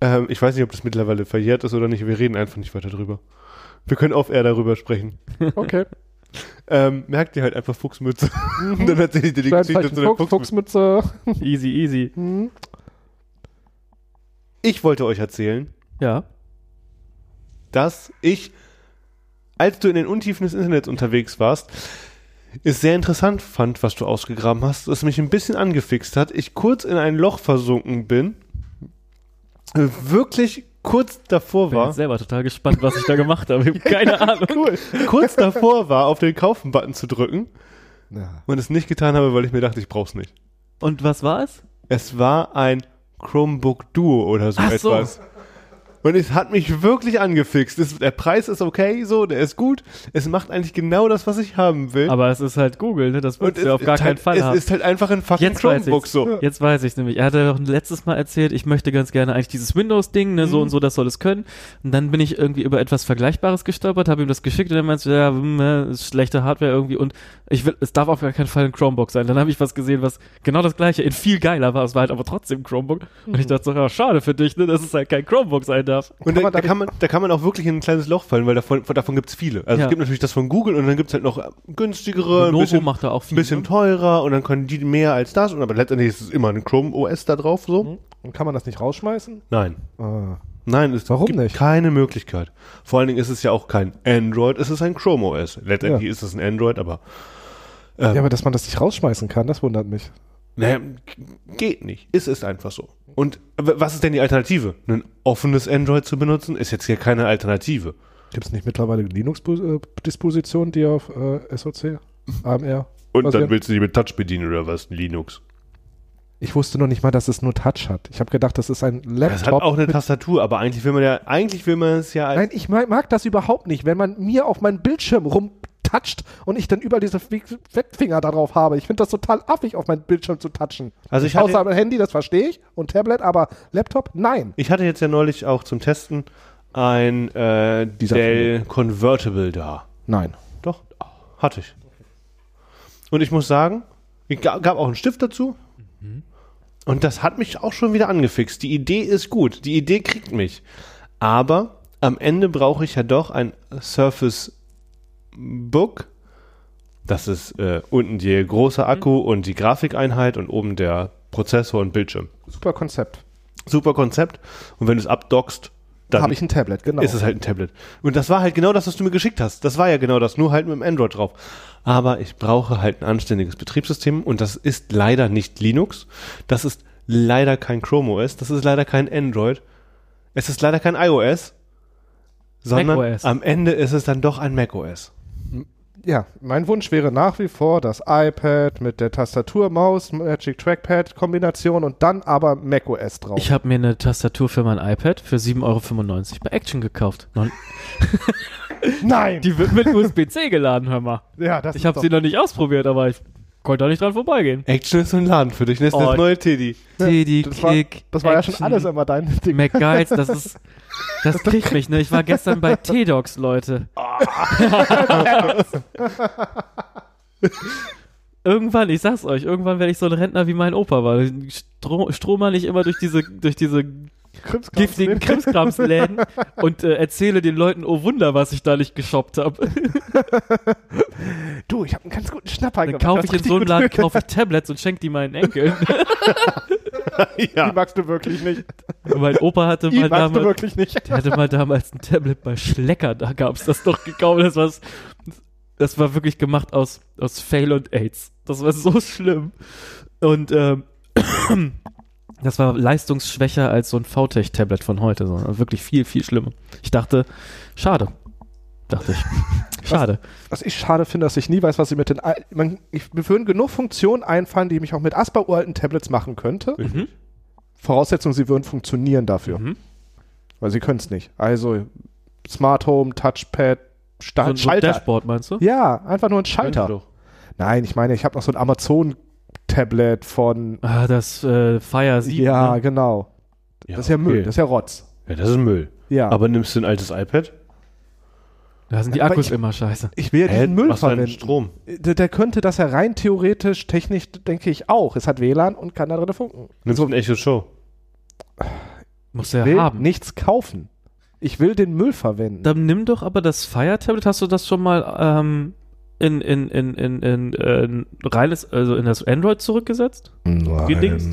Ähm, ich weiß nicht, ob das mittlerweile verjährt ist oder nicht. Wir reden einfach nicht weiter drüber. Wir können off-air darüber sprechen. Okay. Ähm, merkt ihr halt einfach Fuchsmütze. Und dann erzähl ich dir die Geschichte Sternzeichen zu der Fuchs, Fuchsmütze. Fuchsmütze. Easy, easy. Hm. Ich wollte euch erzählen, Ja. dass ich, als du in den Untiefen des Internets unterwegs warst, es sehr interessant fand, was du ausgegraben hast, das mich ein bisschen angefixt hat, ich kurz in ein Loch versunken bin, wirklich kurz davor Bin war, jetzt selber total gespannt, was ich da gemacht habe. Ich habe keine Ahnung. cool, kurz davor war, auf den Kaufen-Button zu drücken Na. und es nicht getan habe, weil ich mir dachte, ich brauch's nicht. Und was war es? Es war ein Chromebook Duo oder so Ach so. etwas. Und es hat mich wirklich angefixt. Es, der Preis ist okay, so, der ist gut. Es macht eigentlich genau das, was ich haben will. Aber es ist halt Google, ne? Das Und willst du ja auf gar ist keinen halt, Fall Es haben. ist halt einfach ein fucking Jetzt weiß Chromebook ich's. so. Jetzt weiß ich nämlich. Er hatte ja auch letztes Mal erzählt, ich möchte ganz gerne eigentlich dieses Windows-Ding, ne, Mhm. so und so, das soll es können. Und dann bin ich irgendwie über etwas Vergleichbares gestolpert, habe ihm das geschickt und er meinte, ja, hm, ne, ist schlechte Hardware irgendwie und ich will, es darf auf gar keinen Fall ein Chromebook sein. Dann habe ich was gesehen, was genau das gleiche, in viel geiler war, es war halt aber trotzdem ein Chromebook. Und Mhm. ich dachte so, ja, schade für dich, ne, dass es halt kein Chromebook sein darf. Und Kann da, man da, damit- kann man, da kann man auch wirklich in ein kleines Loch fallen, weil davon, von- davon gibt's viele. Also Ja. es gibt natürlich das von Google und dann gibt's halt noch äh, günstigere, ein Lenovo bisschen, macht da auch viel. ein bisschen ne? teurer und dann können die mehr als das. Und aber letztendlich ist es immer ein Chrome OS da drauf so. Hm? Und kann man das nicht rausschmeißen? Nein. Ah. Nein, es Warum gibt nicht? keine Möglichkeit. Vor allen Dingen ist es ja auch kein Android, es ist ein Chrome OS. Letztendlich Ja. ist es ein Android, aber Ja, aber dass man das nicht rausschmeißen kann, das wundert mich. naja, geht nicht. Es ist einfach so. Und w- was ist denn die Alternative? Ein offenes Android zu benutzen, ist jetzt hier keine Alternative. Gibt es nicht mittlerweile Linux-Dispositionen, die auf äh, SOC, AMR? Und Was dann denn? willst du die mit Touch bedienen oder was? Linux. Ich wusste noch nicht mal, dass es nur Touch hat. Ich habe gedacht, das ist ein Das hat Laptop. auch eine Tastatur, aber eigentlich will man ja, eigentlich will man es ja als Nein, ich mag, mag das überhaupt nicht, wenn man mir auf meinen Bildschirm rumtatscht und ich dann überall diese F- Fettfinger da drauf habe. Ich finde das total affig, auf meinen Bildschirm zu touchen. Also ich hatte- Außer am Handy, das verstehe ich, und Tablet, aber Laptop, nein. Ich hatte jetzt ja neulich auch zum Testen ein äh, Dieser Dell Convertible da. Nein. Doch, hatte ich. Und ich muss sagen, ich ga- gab auch einen Stift dazu. Und das hat mich auch schon wieder angefixt. Die Idee ist gut. Die Idee kriegt mich. Aber am Ende brauche ich ja doch ein Surface Book, Das ist äh, unten die große Akku und die Grafikeinheit und oben der Prozessor und Bildschirm. Super Konzept. Super Konzept. Und wenn du es abdockst, dann Habe ich ein Tablet, genau. ist es halt ein Tablet. Und das war halt genau das, was du mir geschickt hast. Das war ja genau das, nur halt mit dem Android drauf. Aber ich brauche halt ein anständiges Betriebssystem und das ist leider nicht Linux. Das ist leider kein Chrome OS. Das ist leider kein Android. Es ist leider kein iOS, sondern macOS. am Ende ist es dann doch ein macOS. ja, mein Wunsch wäre nach wie vor das iPad mit der Tastatur, Maus, Magic Trackpad Kombination und dann aber macOS drauf. Ich habe mir eine Tastatur für mein iPad für 7,95 Euro bei Action gekauft. Non- Nein! Die wird mit USB-C geladen, hör mal. ja, das Ich ist habe doch- sie noch nicht ausprobiert, aber ich konnte da nicht dran vorbeigehen. Action ist so ein Laden für dich. Das ist Oh. das neue Teddy. Teddy, das war, das war ja schon alles immer dein Ding. McGuides, das ist. Das kriegt mich, ne? Ich war gestern bei T-Dogs, Leute. irgendwann, ich sag's euch, irgendwann werde ich so ein Rentner wie mein Opa, weil stro strohmal ich immer durch diese, durch diese Krimskrams- giftigen Krimskramsläden und äh, erzähle den Leuten, oh Wunder, was ich da nicht geshoppt habe. Du, ich habe einen ganz guten Schnapper Dann gemacht. kaufe das ich ist in so einem richtig Laden, gut. kaufe ich Tablets und schenke die meinen Enkeln. Die magst du wirklich nicht. Und mein Opa hatte Die mal magst du damals. wirklich nicht. Der hatte mal damals ein Tablet bei Schlecker, da gab es das doch gekauft. Das, war's, das war wirklich gemacht aus, aus Fail und AIDS. Das war so schlimm. Und ähm, das war leistungsschwächer als so ein VTech-Tablet von heute. So. Also Wirklich viel, viel schlimmer. Ich dachte, schade. Dachte ich. Schade. Was ich schade finde, dass ich nie weiß, was ich mit den. al- Man, ich, mir würden genug Funktionen einfallen, die mich auch mit Asper-uralten Tablets machen könnte. Mhm. Voraussetzung, sie würden funktionieren dafür. Mhm. Weil sie können es nicht. Also Smart Home, Touchpad, Sta So, ein- so ein Schalter. Dashboard meinst du? ja, einfach nur ein Schalter. Doch. Nein, ich meine, ich habe noch so ein Amazon-Tablet von. Ah, das äh, Fire 7. ja, ne? genau. Ja, das ist ja Müll, das ist ja Rotz. Ja, das ist Müll. Ja. Aber nimmst du ein altes iPad? Da sind die Aber Akkus ich- immer scheiße. ich will ja Hä, diesen Müll machst du halt einen verwenden. Strom. Der, der könnte das ja rein theoretisch, technisch denke ich auch. Es hat WLAN und kann da drin funken. Nimmst du ein Echo Show. Muss er will haben. nichts kaufen. Ich will den Müll verwenden. Dann nimm doch aber das Fire Tablet. Hast du das schon mal ähm, in, in, in, in, in, äh, in reines, also in das Android zurückgesetzt? Gedingst?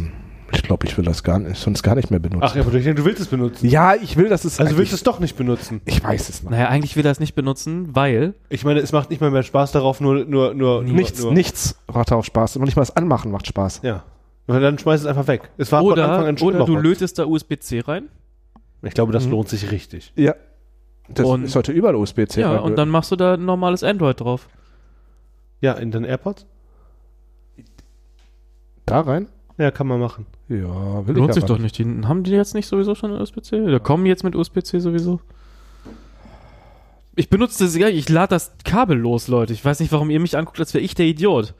Ich glaube, ich will das gar nicht, sonst gar nicht mehr benutzen. Ach, aber du du willst es benutzen. ja, ich will, dass es. Also willst du eigentlich- es doch nicht benutzen. Ich weiß es noch. Naja, eigentlich will er es nicht benutzen, weil Ich meine, es macht nicht mal mehr Spaß darauf, nur, nur, nur, nur nichts, nur, nichts macht darauf Spaß. Und nicht mal das Anmachen macht Spaß. Ja. Weil dann schmeiß es einfach weg. Es war von Anfang oder, an schon oder du Loch. lötest da USB-C rein Ich glaube, das Mhm. lohnt sich richtig. Ja. Das Und- sollte überall USB-C ja, rein und dann machst du da ein normales Android drauf. Ja, in den AirPods? Da rein? Ja, kann man machen. Ja, will Lohnt ich sich doch nicht. Die, haben die jetzt nicht sowieso schon USB-C? Oder kommen jetzt mit USB-C sowieso? Ich benutze das, ja, ich lade das Kabel los, Leute. Ich weiß nicht, warum ihr mich anguckt, als wäre ich der Idiot.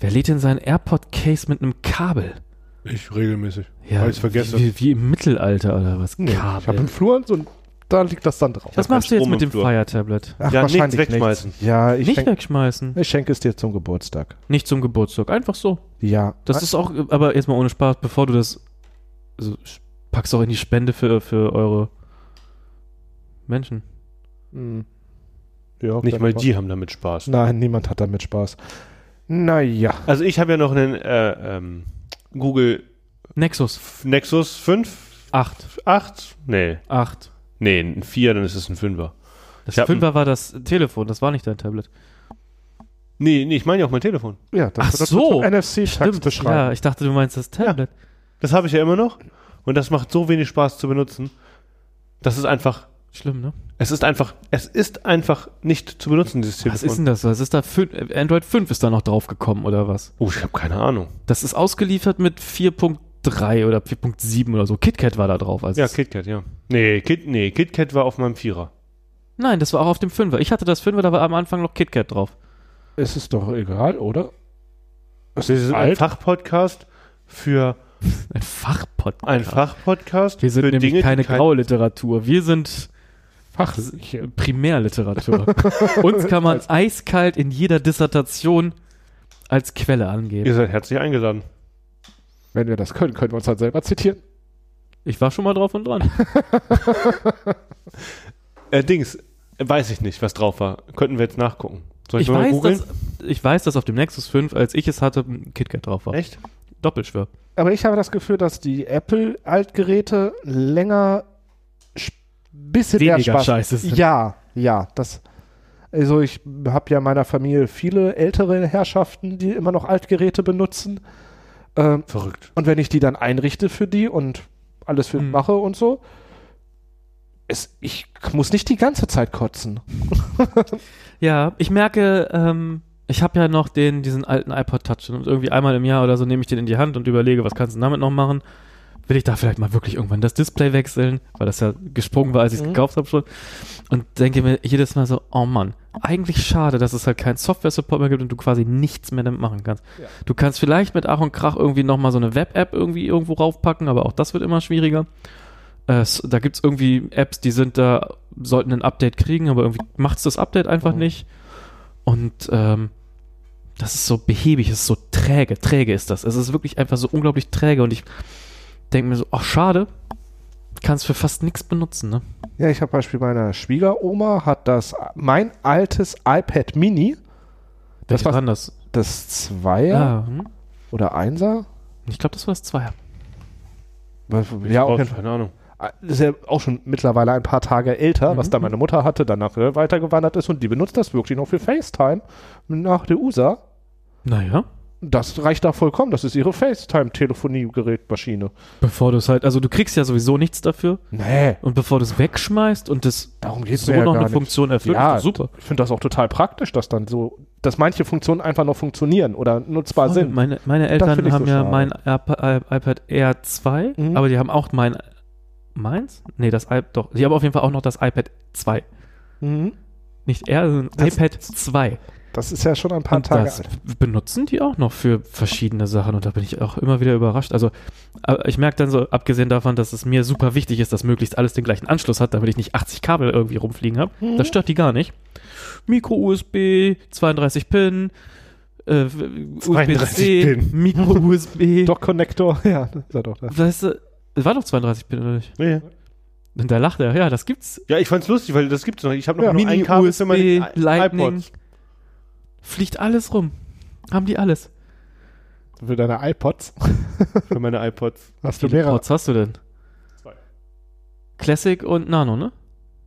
Wer lädt denn sein AirPod-Case mit einem Kabel? Ich regelmäßig. Ja, Weil ich's vergesse. Wie, wie, wie im Mittelalter oder was? Nee, ich habe Kabel. im Flur so ein, da liegt das dann drauf. was keinen machst du jetzt Strom mit im dem Flur. Fire Tablet? Ach, Ja, nichts wahrscheinlich wegschmeißen. Ja, ich, Nicht schenk, wegschmeißen. ich schenke es dir zum Geburtstag. Nicht zum Geburtstag, einfach so. Ja. Das ist auch, aber jetzt mal ohne Spaß, bevor du das. Also, sch- pack's auch in die Spende für, für eure Menschen. Hm. Ja, Nicht mal vielleicht die haben damit Spaß. Nein, niemand hat damit Spaß. Naja. Also ich habe ja noch einen äh, ähm, Google Nexus F- Nexus 5, 8. 8? Nee. 8. Nee, ein 4, dann ist es ein 5er. Das Ich hab Fünfer war das Telefon, das war nicht dein Tablet. Nee, nee, ich meine ja auch mein Telefon. Ja, das Ach das so. wird zum NFC-Tags ja, beschreiben. ich dachte, du meinst das Tablet. Das habe ich ja immer noch. Und das macht so wenig Spaß zu benutzen. Das ist einfach, Schlimm, ne? es ist einfach, es ist einfach nicht zu benutzen, dieses Telefon. Was ist denn das? Was ist da? fün- äh, Android 5 ist da noch draufgekommen, oder was? oh, ich habe keine Ahnung. Das ist ausgeliefert mit 4.3 oder 4.7 oder so. KitKat war da drauf. Also Ja, es- KitKat, ja. Nee, Kit, nee, KitKat war auf meinem Vierer. Nein, das war auch auf dem Fünfer. Ich hatte das Fünfer, da war am Anfang noch KitKat drauf. Es ist doch egal, oder? Es Wir sind ein alt. Fachpodcast für Ein Fachpodcast. ein Fachpodcast Wir sind für nämlich Dinge, die keine kein- graue Literatur. Wir sind Fach. Primärliteratur. Uns kann Also- man eiskalt in jeder Dissertation als Quelle angeben. Ihr seid herzlich eingeladen. Wenn wir das können, können wir uns dann selber zitieren. Ich war schon mal drauf und dran. Äh, Dings, äh, weiß ich nicht, was drauf war. Könnten wir jetzt nachgucken. Soll Ich mal weiß, googeln? dass, ich weiß, dass auf dem Nexus 5, als ich es hatte, ein KitKat drauf war. Echt? Doppelschwör. Aber ich habe das Gefühl, dass die Apple-Altgeräte länger sch- bisschen mehr Weniger Spaß. Scheiße sind. Ja, ja, das. Also ich habe ja in meiner Familie viele ältere Herrschaften, die immer noch Altgeräte benutzen. Ähm, Verrückt. und wenn ich die dann einrichte für die und alles für Mhm. mache und so, es, ich muss nicht die ganze Zeit kotzen. Ja, ich merke, ähm, ich habe ja noch den, diesen alten iPod Touch und irgendwie einmal im Jahr oder so nehme ich den in die Hand und überlege, was kannst du denn damit noch machen? Will ich da vielleicht mal wirklich irgendwann das Display wechseln, weil das ja gesprungen war, als ich es Mhm. gekauft habe schon. Und denke mir jedes Mal so, oh Mann, eigentlich schade, dass es halt keinen Software-Support mehr gibt und du quasi nichts mehr damit machen kannst. Ja. Du kannst vielleicht mit Ach und Krach irgendwie nochmal so eine Web-App irgendwie irgendwo raufpacken, aber auch das wird immer schwieriger. Äh, s- da gibt es irgendwie Apps, die sind da, sollten ein Update kriegen, aber irgendwie macht es das Update einfach Mhm. nicht. Und ähm, das ist so behäbig, es ist so träge, träge ist das. Es ist wirklich einfach so unglaublich träge und ich denke mir so, ach schade, kannst für fast nichts benutzen, ne? Ja, ich habe Beispiel meiner Schwiegeroma hat das mein altes iPad Mini, Das Welches war's. war denn das? das Zweier Ah, hm? oder Einser. Ich glaube, das war das Zweier. Ja, auf jeden Ah, keine Ahnung. ist ja auch schon mittlerweile ein paar Tage älter, Mhm. was da meine Mutter hatte, danach äh, weitergewandert ist und die benutzt das wirklich noch für FaceTime nach der USA. Naja. Das reicht da vollkommen, das ist ihre FaceTime-Telefoniegerätmaschine. Bevor du es halt, also du kriegst ja sowieso nichts dafür Nee, und bevor du es wegschmeißt und das darum geht's so mir ja noch gar eine nicht. Funktion erfüllt, Ja, ist doch super. Ich finde das auch total praktisch, dass dann so, dass manche Funktionen einfach noch funktionieren oder nutzbar Voll. sind. Oh, Meine, meine Das find Eltern ich haben so ja schade. mein iP- i- iPad Air 2, Mhm. aber die haben auch mein. Meins? Nee, das iPad. Doch, die haben auf jeden Fall auch noch das iPad 2. Mhm. Nicht Air, sondern Das- iPad 2. Das ist ja schon ein paar und Tage das alt. benutzen die auch noch für verschiedene Sachen und da bin ich auch immer wieder überrascht. Also, aber ich merke dann so, abgesehen davon, dass es mir super wichtig ist, dass möglichst alles den gleichen Anschluss hat, damit ich nicht 80 Kabel irgendwie rumfliegen habe. Mhm. Das stört die gar nicht. Micro-USB, 32 Pin, äh, 32 USB-C, Pin. Micro-USB. Dock Connector, ja, ist er doch da. Weißt du, es war doch 32 Pin, oder nicht? Nee. Und da lacht er, ja, das gibt's. Ja, ich fand's lustig, weil das gibt's noch. Ich habe noch Ja, nur ein Kabel für Mini-USB, meine I- Lightning. iPods. Fliegt alles rum. Haben die alles. Für deine iPods Für meine iPods. hast du Wie viele mehrere. Ports hast du denn? Zwei. Classic und Nano, ne?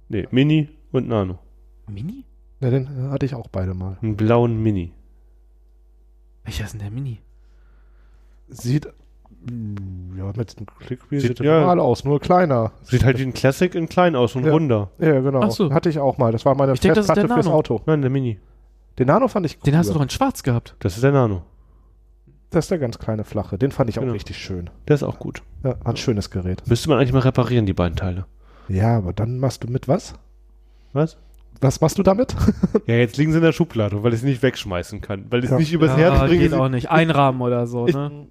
Nee, Mini und Nano. Mini? Na, den äh, hatte ich auch beide mal. Einen blauen Mini. Welcher ist denn der Mini? Sieht mm, ja, mit dem Clickwheel Sieht sieht, ja- normal aus, nur kleiner. Sieht halt wie ein Classic in klein aus und Ja. runder. Ja, genau. Ach so. Hatte ich auch mal. Das war meine Ich denk, das ist der Festplatte fürs Nano. Auto. Nein, der Mini. Den Nano fand ich cool. Den hast du doch in schwarz gehabt. Das ist der Nano. Das ist der ganz kleine flache. Den fand ich Genau. auch richtig schön. Der ist auch gut. Ja, war ein schönes Gerät. Müsste man eigentlich mal reparieren, die beiden Teile. Ja, aber dann machst du mit was? Was? Was machst du damit? Ja, jetzt liegen sie in der Schublade, weil ich es nicht wegschmeißen kann. Weil ich es Ja. nicht übers ja, Herz bringe. geht sie- auch nicht. Einrahmen oder so, Ich- ne?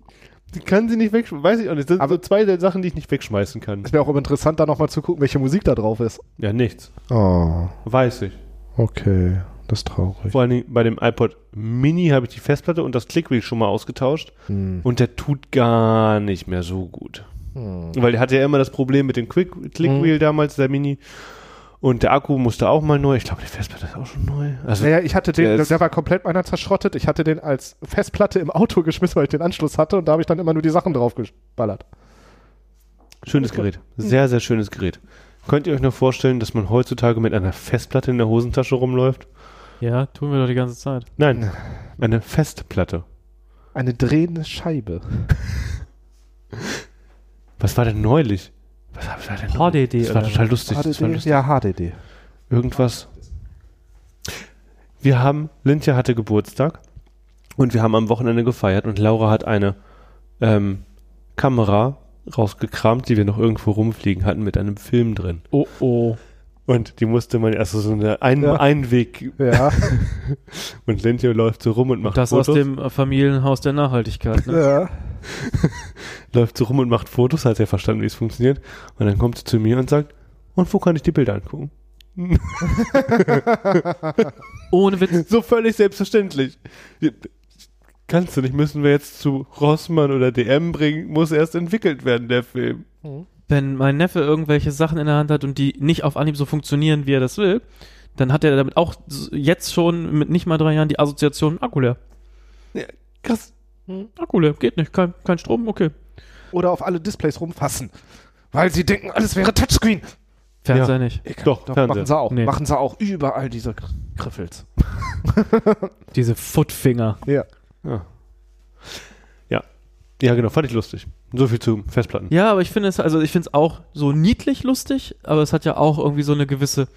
Ich kann sie nicht wegschmeißen. Weiß ich auch nicht. Das sind Aber- so zwei der Sachen, die ich nicht wegschmeißen kann. Es wäre auch interessant, da nochmal zu gucken, welche Musik da drauf ist. Ja, nichts. Oh, Weiß ich. okay. Das ist traurig. Vor allen Dingen bei dem iPod Mini habe ich die Festplatte und das Clickwheel schon mal ausgetauscht. Hm. Und der tut gar nicht mehr so gut. Hm. Weil der hatte ja immer das Problem mit dem Quick Mhm. Clickwheel damals, der Mini. Und der Akku musste auch mal neu. Ich glaube, die Festplatte ist auch schon neu. Also, Naja, ich hatte den, Der der, ist- war komplett meiner zerschrottet. Ich hatte den als Festplatte im Auto geschmissen, weil ich den Anschluss hatte und da habe ich dann immer nur die Sachen drauf geballert. schönes Gerät. Sehr, sehr schönes Gerät. Könnt ihr euch noch vorstellen, dass man heutzutage mit einer Festplatte in der Hosentasche rumläuft? Ja, tun wir doch die ganze Zeit. Nein, eine Festplatte. Eine drehende Scheibe. Was war denn neulich? Was was war denn neulich? HDD Das war oder total lustig. Das war HDD? lustig. Ja, HDD. Irgendwas. Wir haben, Lindja hatte Geburtstag und wir haben am Wochenende gefeiert und Laura hat eine ähm, Kamera rausgekramt, die wir noch irgendwo rumfliegen hatten mit einem Film drin. Oh, oh. Und die musste man erst so eine ein Ja. Einweg Ja, und Lindja läuft so rum und macht Das aus Fotos. dem äh, Familienhaus der Nachhaltigkeit, ne? ja. läuft so rum und macht Fotos, hat ja verstanden, wie es funktioniert. Und dann kommt sie zu mir und sagt, und wo kann ich die Bilder angucken? Ohne Witz. So völlig selbstverständlich. Kannst du nicht, müssen wir jetzt zu Rossmann oder DM bringen, muss erst entwickelt werden, der Film. Wenn mein Neffe irgendwelche Sachen in der Hand hat und die nicht auf Anhieb so funktionieren, wie er das will, dann hat er damit auch s- jetzt schon mit nicht mal drei Jahren die Assoziation Akku leer. Krass. Akku leer, geht nicht, kein, kein Strom, okay. Oder auf alle Displays rumfassen. Weil sie denken, alles wäre Touchscreen. Fernseher nicht. Doch, Doch, Fernseher. machen sie auch. Nee. Machen sie auch überall diese Gr- Griffels. Diese Footfinger. Ja. Ja. ja. Ja, genau, fand ich lustig. So viel zu Festplatten. Ja, aber ich finde es, also ich finde es auch so niedlich lustig, aber es hat ja auch irgendwie so eine gewisse,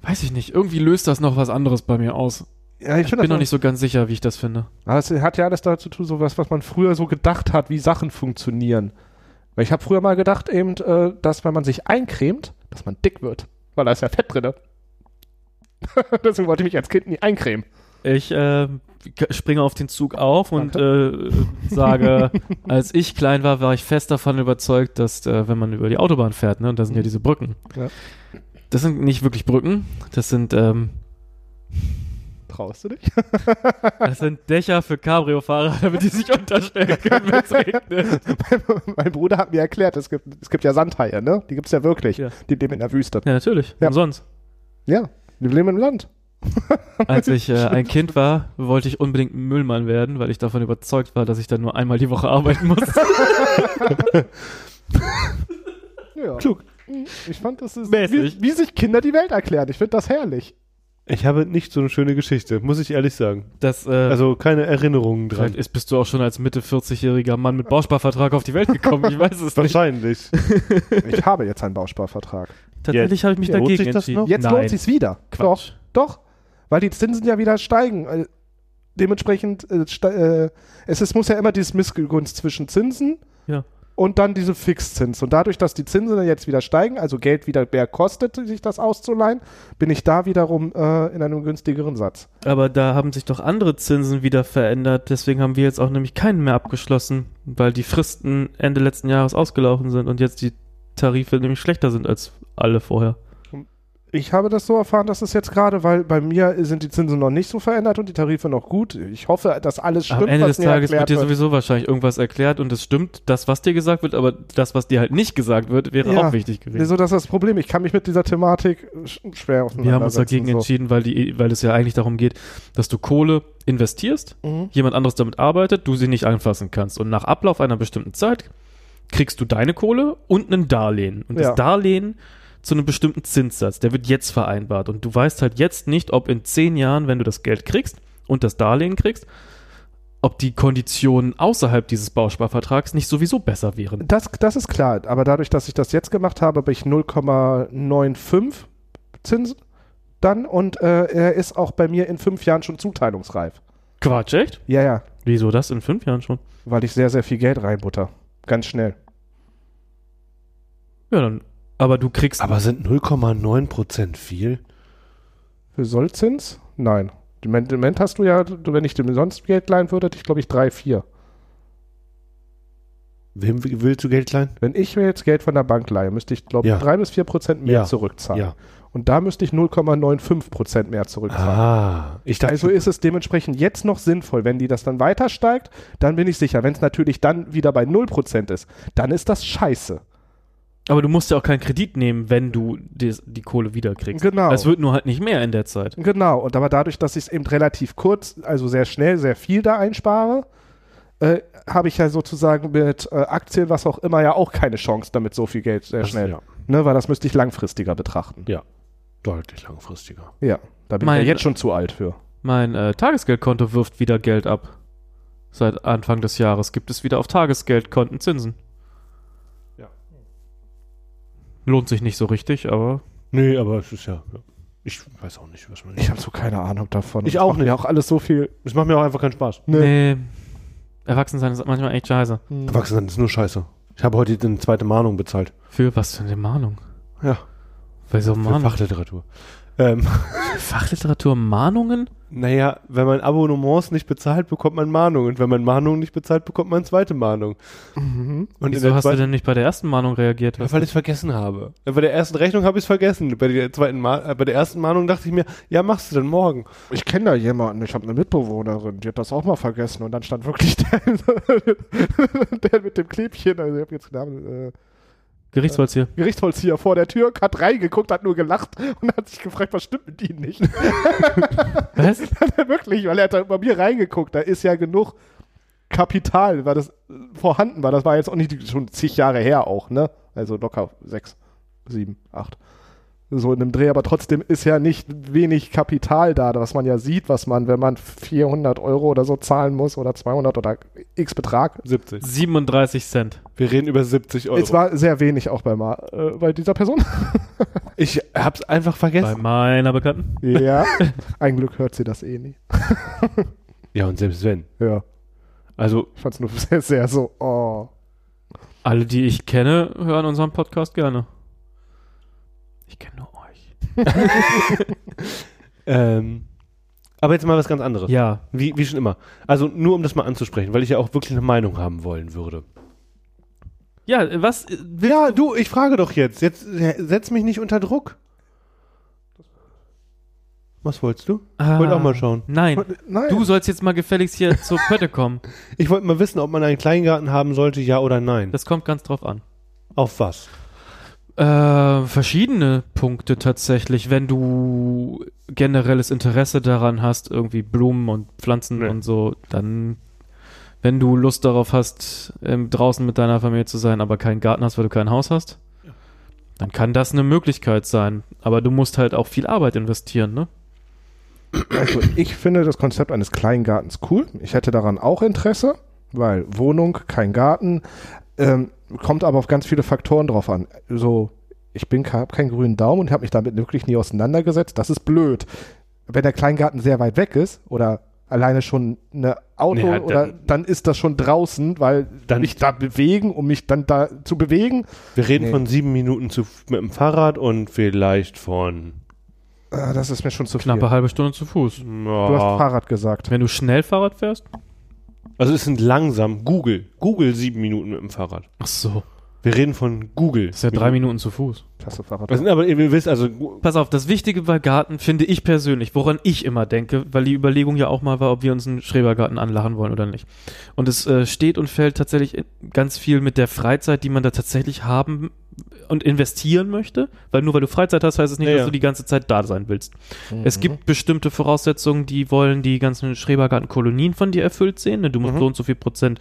weiß ich nicht, irgendwie löst das noch was anderes bei mir aus. Ja, ich, Ich bin noch nicht so ganz sicher, wie ich das finde. Aber es hat ja alles dazu zu tun, so was, was man früher so gedacht hat, wie Sachen funktionieren. Weil ich habe früher mal gedacht, eben, äh, dass wenn man sich eincremt, dass man dick wird. Weil da ist ja Fett drin. Deswegen wollte ich mich als Kind nie eincremen. Ich äh, k- springe auf den Zug auf und äh, sage, als ich klein war, war ich fest davon überzeugt, dass äh, wenn man über die Autobahn fährt, ne, und da sind ja diese Brücken. Ja. Das sind nicht wirklich Brücken, das sind, ähm, Traust du dich? das sind Dächer für Cabrio-Fahrer, damit die sich unterstellen können, wenn es regnet. mein Bruder hat mir erklärt, es gibt, es gibt ja Sandhaie, ne? Die gibt es ja wirklich. Ja. Die leben in der Wüste. Ja, natürlich, Ja. umsonst. Ja, die leben im Land. Als ich äh, ein Kind war, wollte ich unbedingt ein Müllmann werden, weil ich davon überzeugt war, dass ich dann nur einmal die Woche arbeiten muss. Ja. Klug. Mhm. Ich fand, das ist Mäßig. wie, wie sich Kinder die Welt erklären. Ich finde das herrlich. Ich habe nicht so eine schöne Geschichte, muss ich ehrlich sagen. Das, äh, Also keine Erinnerungen dran. Vielleicht ist, bist du auch schon als Mitte 40-jähriger Mann mit Bausparvertrag auf die Welt gekommen. Ich weiß es nicht. Wahrscheinlich. Ich habe jetzt einen Bausparvertrag. Tatsächlich habe ich mich Ja, lohnt dagegen sich das entschieden. noch? Jetzt Nein. lohnt sich's wieder. Quatsch. Doch, doch. Weil die Zinsen ja wieder steigen. Äh, Dementsprechend, äh, ste- äh, es ist, muss ja immer dieses Missgunst zwischen Zinsen Ja. und dann diese Fixzins. Und dadurch, dass die Zinsen dann jetzt wieder steigen, also Geld wieder mehr kostet, sich das auszuleihen, bin ich da wiederum äh, in einem günstigeren Satz. Aber da haben sich doch andere Zinsen wieder verändert. Deswegen haben wir jetzt auch nämlich keinen mehr abgeschlossen, weil die Fristen Ende letzten Jahres ausgelaufen sind und jetzt die Tarife nämlich schlechter sind als alle vorher. Ich habe das so erfahren, dass es jetzt gerade, weil bei mir sind die Zinsen noch nicht so verändert und die Tarife noch gut. Ich hoffe, dass alles stimmt, Am Ende was des mir Tages wird erklärt dir wird. sowieso wahrscheinlich irgendwas erklärt und es stimmt, das, was dir gesagt wird, aber das, was dir halt nicht gesagt wird, wäre Ja. auch wichtig gewesen. Wieso das ist das Problem? Ich kann mich mit dieser Thematik sch- schwer auseinandersetzen. Wir haben uns dagegen so. entschieden, weil, die, E, weil es ja eigentlich darum geht, dass du Kohle investierst, Mhm. jemand anderes damit arbeitet, du sie nicht anfassen kannst. Und nach Ablauf einer bestimmten Zeit kriegst du deine Kohle und ein Darlehen. Und Ja. das Darlehen zu einem bestimmten Zinssatz, der wird jetzt vereinbart. Und du weißt halt jetzt nicht, ob in zehn Jahren, wenn du das Geld kriegst und das Darlehen kriegst, ob die Konditionen außerhalb dieses Bausparvertrags nicht sowieso besser wären. Das, das ist klar, aber dadurch, dass ich das jetzt gemacht habe, habe ich 0,95 Zinsen dann und äh, er ist auch bei mir in fünf Jahren schon zuteilungsreif. Quatsch, echt? Ja, ja, Wieso das in fünf Jahren schon? weil ich sehr, sehr viel Geld reinbutter. Ganz schnell. Ja, dann. Aber du kriegst Aber sind 0,9% viel? Für Sollzins? Nein. Im Moment hast du ja, wenn ich dem sonst Geld leihen würde, hätte ich glaube ich drei, vier. Wem willst du Geld leihen? Wenn ich mir jetzt Geld von der Bank leihe, müsste ich glaube ich Ja. drei bis vier Prozent mehr Ja. zurückzahlen. Und da müsste ich 0,95 Prozent mehr zurückzahlen. Ah, ich dachte, Also ist es dementsprechend jetzt noch sinnvoll. Wenn die das dann weiter steigt, dann bin ich sicher. Wenn es natürlich dann wieder bei 0% ist, dann ist das scheiße. Aber du musst ja auch keinen Kredit nehmen, wenn du die, die Kohle wiederkriegst. Genau. Es wird nur halt nicht mehr in der Zeit. Genau. Und aber dadurch, dass ich es eben relativ kurz, also sehr schnell, sehr viel da einspare, äh, habe ich ja sozusagen mit äh, Aktien, was auch immer, ja auch keine Chance damit so viel Geld sehr das- schnell. Ja, Ne, weil das müsste ich langfristiger betrachten. deutlich langfristiger. Ja. Da bin Mein- ich ja jetzt schon zu alt für. Mein äh, Tagesgeldkonto wirft wieder Geld ab. Seit Anfang des Jahres gibt es wieder auf Tagesgeldkonten Zinsen. Ja. Lohnt sich nicht so richtig, aber Nee, aber es ist ja. ja. Ich weiß auch nicht, was man. Ich habe so keine Ahnung davon. Ich Das auch macht mir nicht. auch alles so viel. Es macht mir auch einfach keinen Spaß. nee. Erwachsensein ist manchmal echt scheiße. Erwachsenen ist nur scheiße. Ich habe heute eine zweite Mahnung bezahlt. Für was für eine Mahnung? Ja. Wieso Für Mahnung? Fachliteratur. Ähm, Fachliteratur Mahnungen? naja, wenn man Abonnements nicht bezahlt, bekommt man Mahnung. Und wenn man Mahnung nicht bezahlt, bekommt man zweite Mahnung. Und Mhm. Wieso hast du zweiten- denn nicht bei der ersten Mahnung reagiert? Ja, weil ich es vergessen habe. Ja, Bei der ersten Rechnung habe ich es vergessen. Bei der, zweiten Ma äh, bei der ersten Mahnung dachte ich mir, ja, machst du dann morgen. Ich kenne da jemanden, ich habe eine Mitbewohnerin, die hat das auch mal vergessen und dann stand wirklich der, der mit dem Klebchen, also ich habe jetzt den Namen, äh, Gerichtsholz hier. Gerichtsholz hier vor der Tür, hat reingeguckt, hat nur gelacht und hat sich gefragt, was stimmt mit ihnen nicht. Was? Hat er wirklich, weil er hat da bei mir reingeguckt, da ist ja genug Kapital, war das äh, vorhanden war. Das war jetzt auch nicht schon zig Jahre her auch, ne? Also locker sechs, sieben, acht. So in einem Dreh, aber trotzdem ist ja nicht wenig Kapital da, was man ja sieht, was man, wenn man 400 Euro oder so zahlen muss oder 200 oder x Betrag. 70. 37 Cent. Wir reden über 70 Euro. Es war sehr wenig auch bei, Ma, äh, bei dieser Person. ich hab's einfach Bei vergessen. meiner Bekannten. ja, ein Glück hört sie das eh nie. Ja, und selbst wenn. Ja, Also, ich fand's nur sehr, sehr so, oh. Alle, die ich kenne, hören unseren Podcast gerne. Ich kenne nur euch. ähm, aber jetzt mal was ganz anderes. Ja. Wie, wie schon immer. Also nur um das mal anzusprechen, weil ich ja auch wirklich eine Meinung haben wollen würde. Ja, was? äh, will- Ja, du, ich frage doch jetzt. Jetzt äh, setz mich nicht unter Druck. Was wolltest du? Ah, wollte auch mal schauen. Nein. Nein. Du sollst jetzt mal gefälligst hier zur Pötte kommen. Ich wollte mal wissen, ob man einen Kleingarten haben sollte, ja oder nein. Das kommt ganz drauf an. Auf was? Äh, verschiedene Punkte tatsächlich, wenn du generelles Interesse daran hast, irgendwie Blumen und Pflanzen Nee. und so, dann wenn du Lust darauf hast, ähm, draußen mit deiner Familie zu sein, aber keinen Garten hast, weil du kein Haus hast, dann kann das eine Möglichkeit sein. Aber du musst halt auch viel Arbeit investieren, ne? Also ich finde das Konzept eines Kleingartens cool. Ich hätte daran auch Interesse, weil Wohnung, kein Garten, ähm, kommt aber auf ganz viele Faktoren drauf an. So, ich bin habe keinen grünen Daumen und habe mich damit wirklich nie auseinandergesetzt. Das ist blöd. Wenn der Kleingarten sehr weit weg ist oder alleine schon eine Auto Nee, halt oder dann- dann ist das schon draußen, weil Dann- mich da bewegen, um mich dann da zu bewegen. Wir reden Nee. von sieben Minuten zu, mit dem Fahrrad und vielleicht von. Ah, das ist mir schon zu viel. Knappe halbe Stunde zu Fuß. Du hast Ja. Fahrrad gesagt. Wenn du schnell Fahrrad fährst? Also es sind langsam. Google. Google sieben Minuten mit dem Fahrrad. Ach so, Wir reden von Google. ist ja drei Minuten zu Fuß. Hast du Fahrrad? Das sind aber, ihr wisst, also gu- Mhm. Pass auf, das Wichtige bei Garten finde ich persönlich, woran ich immer denke, weil die Überlegung ja auch mal war, ob wir uns einen Schrebergarten anlachen wollen oder nicht. Und es äh, steht und fällt tatsächlich in- ganz viel mit der Freizeit, die man da tatsächlich haben und investieren möchte, weil nur weil du Freizeit hast, heißt es nicht, Ja, dass ja. Mhm. du die ganze Zeit da sein willst. Es gibt bestimmte Voraussetzungen, die wollen die ganzen Schrebergartenkolonien von dir erfüllt sehen. ne? Du musst Mhm. so und so viel Prozent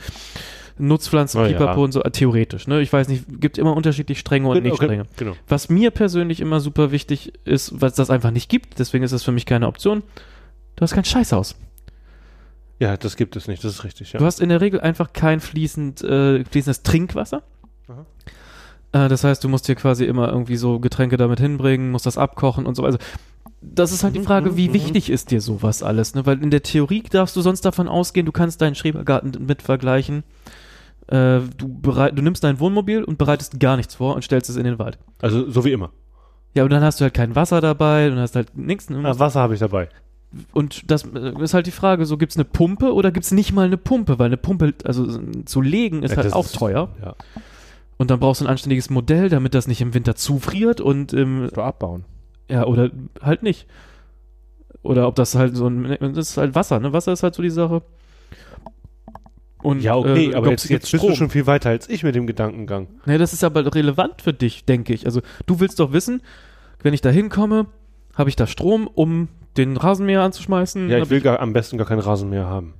Nutzpflanzen, Oh ja. Pipapo und so, äh, theoretisch. Ne? Ich weiß nicht, gibt immer unterschiedlich strenge und nicht okay, strenge. Genau. Was mir persönlich immer super wichtig ist, was das einfach nicht gibt, deswegen ist das für mich keine Option. Du hast kein Scheißhaus. Ja, das gibt es nicht, das ist richtig. Ja. Du hast in der Regel einfach kein fließend, äh, fließendes Trinkwasser. Aha. Äh, das heißt, du musst dir quasi immer irgendwie so Getränke damit hinbringen, musst das abkochen und so. Also, das ist halt Mhm, die Frage, wie wichtig ist dir sowas alles? Ne? Weil in der Theorie darfst du sonst davon ausgehen, du kannst deinen Schrebergarten mit vergleichen. Äh, du, bereit, du nimmst dein Wohnmobil und bereitest gar nichts vor und stellst es in den Wald. Also so wie immer. Ja, und dann hast du halt kein Wasser dabei und hast halt nichts. ne? Ah, Wasser habe ich dabei. Und das äh, ist halt die Frage, so gibt's eine Pumpe oder gibt's nicht mal eine Pumpe? Weil eine Pumpe, also äh, zu legen, ist Ja, halt das auch ist- teuer. Ja. Und dann brauchst du ein anständiges Modell, damit das nicht im Winter zufriert und ähm, du abbauen. ja, oder halt nicht. Oder ob das halt so ein, das ist halt Wasser, ne? Wasser ist halt so die Sache. Und, ja, okay, äh, aber gibt's- jetzt, jetzt gibt's bist du Strom? schon viel weiter als ich mit dem Gedankengang. Nee, das ist aber relevant für dich, denke ich. Also du willst doch wissen, wenn ich da hinkomme, habe ich da Strom, um den Rasenmäher anzuschmeißen? Ja, Hm, Hab ich will gar, am besten gar keinen Rasen mehr haben.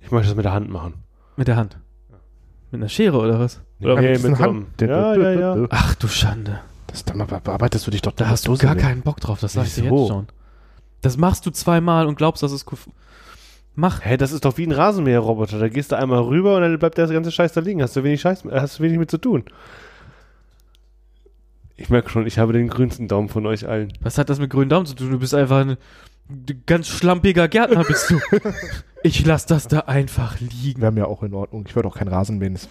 Ich möchte das mit der Hand machen. Mit der Hand. Mit einer Schere oder was? Oder mit diesen so einem- Hand- Ja, ja, ja. Ach du Schande. Das, da bearbeitest du dich doch Da hast du gar keinen Bock drauf, das sag ich dir jetzt Wieso? schon. Das machst du zweimal und glaubst, das ist cool. Mach. Hä, das ist doch wie ein Rasenmäherroboter. Da gehst du einmal rüber und dann bleibt der ganze Scheiß da liegen. Hast du wenig, Scheiß, hast du wenig mit zu tun. Ich merke schon, ich habe den grünsten Daumen von euch allen. Was hat das mit grünen Daumen zu tun? Du bist einfach ein ganz schlampiger Gärtner bist du. Ich lass das da einfach liegen. Wäre mir auch in Ordnung. Ich würde auch keinen Rasen mähen. Das-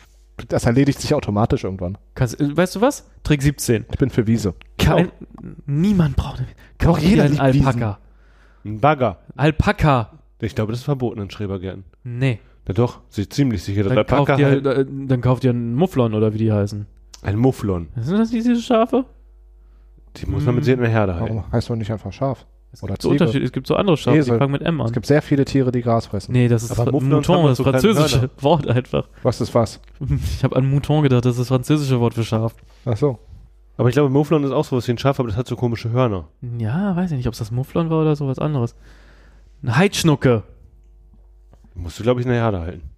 Das erledigt sich automatisch irgendwann. Kannst, äh, weißt du was? Trick 17. Ich bin für Wiese. Kein, Niemand braucht Kauf jeder dir einen liebt Wiesen. Alpaka. Ein Bagger. Alpaka. Ich glaube, das ist verboten in Schrebergärten. Nee. Na doch, sie ziemlich sicher. Also dass Dann kauft, Alpaka dir, halt- äh, dann kauft ihr einen Mufflon oder wie die heißen. ein Mufflon. Sind das diese Schafe? Die muss man mit Sicherheit in der Herde halten. Warum heißt man nicht einfach Schaf? Es Oder gibt so Ziege. Unterschiede. Es gibt so andere Schafe, Esel. die fangen mit M Es an. gibt sehr viele Tiere, die Gras fressen. Nee, das ist Aber Fra- Muflons haben Mouton, doch das so kleine französische Wort einfach. Was ist was? Ich habe an Mouton gedacht, das ist das französische Wort für Schaf. Ach so. Aber ich glaube, Mouflon ist auch sowas wie ein Schaf, aber das hat so komische Hörner. Ja, weiß ich nicht, ob es das Mufflon war oder sowas anderes. Eine Heidschnucke. Musst du, glaube ich, in der Herde halten.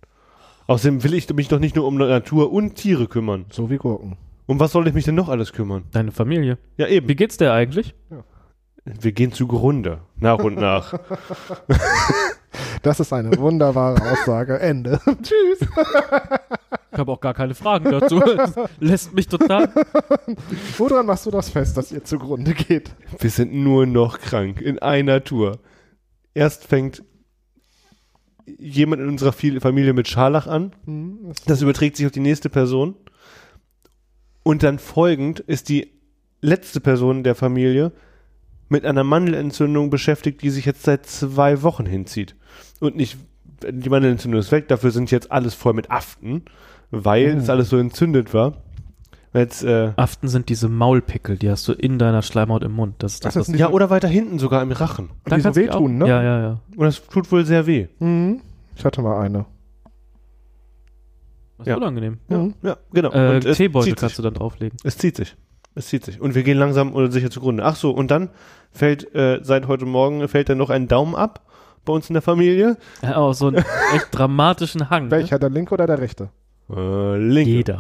Außerdem will ich mich doch nicht nur um Natur und Tiere kümmern. So wie Gurken. Um was soll ich mich denn noch alles kümmern? Deine Familie. Ja, eben. Wie geht's dir eigentlich? Wir gehen zugrunde. Nach und nach. Das ist eine wunderbare Aussage. Ende. Tschüss. Ich habe auch gar keine Fragen dazu. Das lässt mich total. Woran machst du das fest, dass ihr zugrunde geht? Wir sind nur noch krank in einer Tour. Erst fängt jemand in unserer Fil- Familie mit Scharlach an. Hm, das- Das überträgt sich auf die nächste Person. Und dann folgend ist die letzte Person der Familie mit einer Mandelentzündung beschäftigt, die sich jetzt seit zwei Wochen hinzieht. Und nicht, die Mandelentzündung ist weg, dafür sind jetzt alles voll mit Aften, weil Oh. es alles so entzündet war. Jetzt, äh, Aften sind diese Maulpickel, die hast du in deiner Schleimhaut im Mund. Das ist das, Ach, das was sind ja, oder weiter hinten sogar im Rachen. die so kannst du wehtun, auch- ne? Ja, ja, ja. Und das tut wohl sehr weh. Hm. Ich hatte mal eine. Das ist Ja. unangenehm. Hm. Ja, genau. Äh, Und es Teebeutel zieht sich. kannst du dann drauflegen. Es zieht sich. Es zieht sich. Und wir gehen langsam oder sicher zugrunde. Ach so, und dann fällt äh, seit heute Morgen fällt dann noch ein Daumen ab bei uns in der Familie. Ja, auch Äh, oh, so einen echt dramatischen Hang. ne? Welcher, der linke oder der rechte? Äh, linke. Jeder.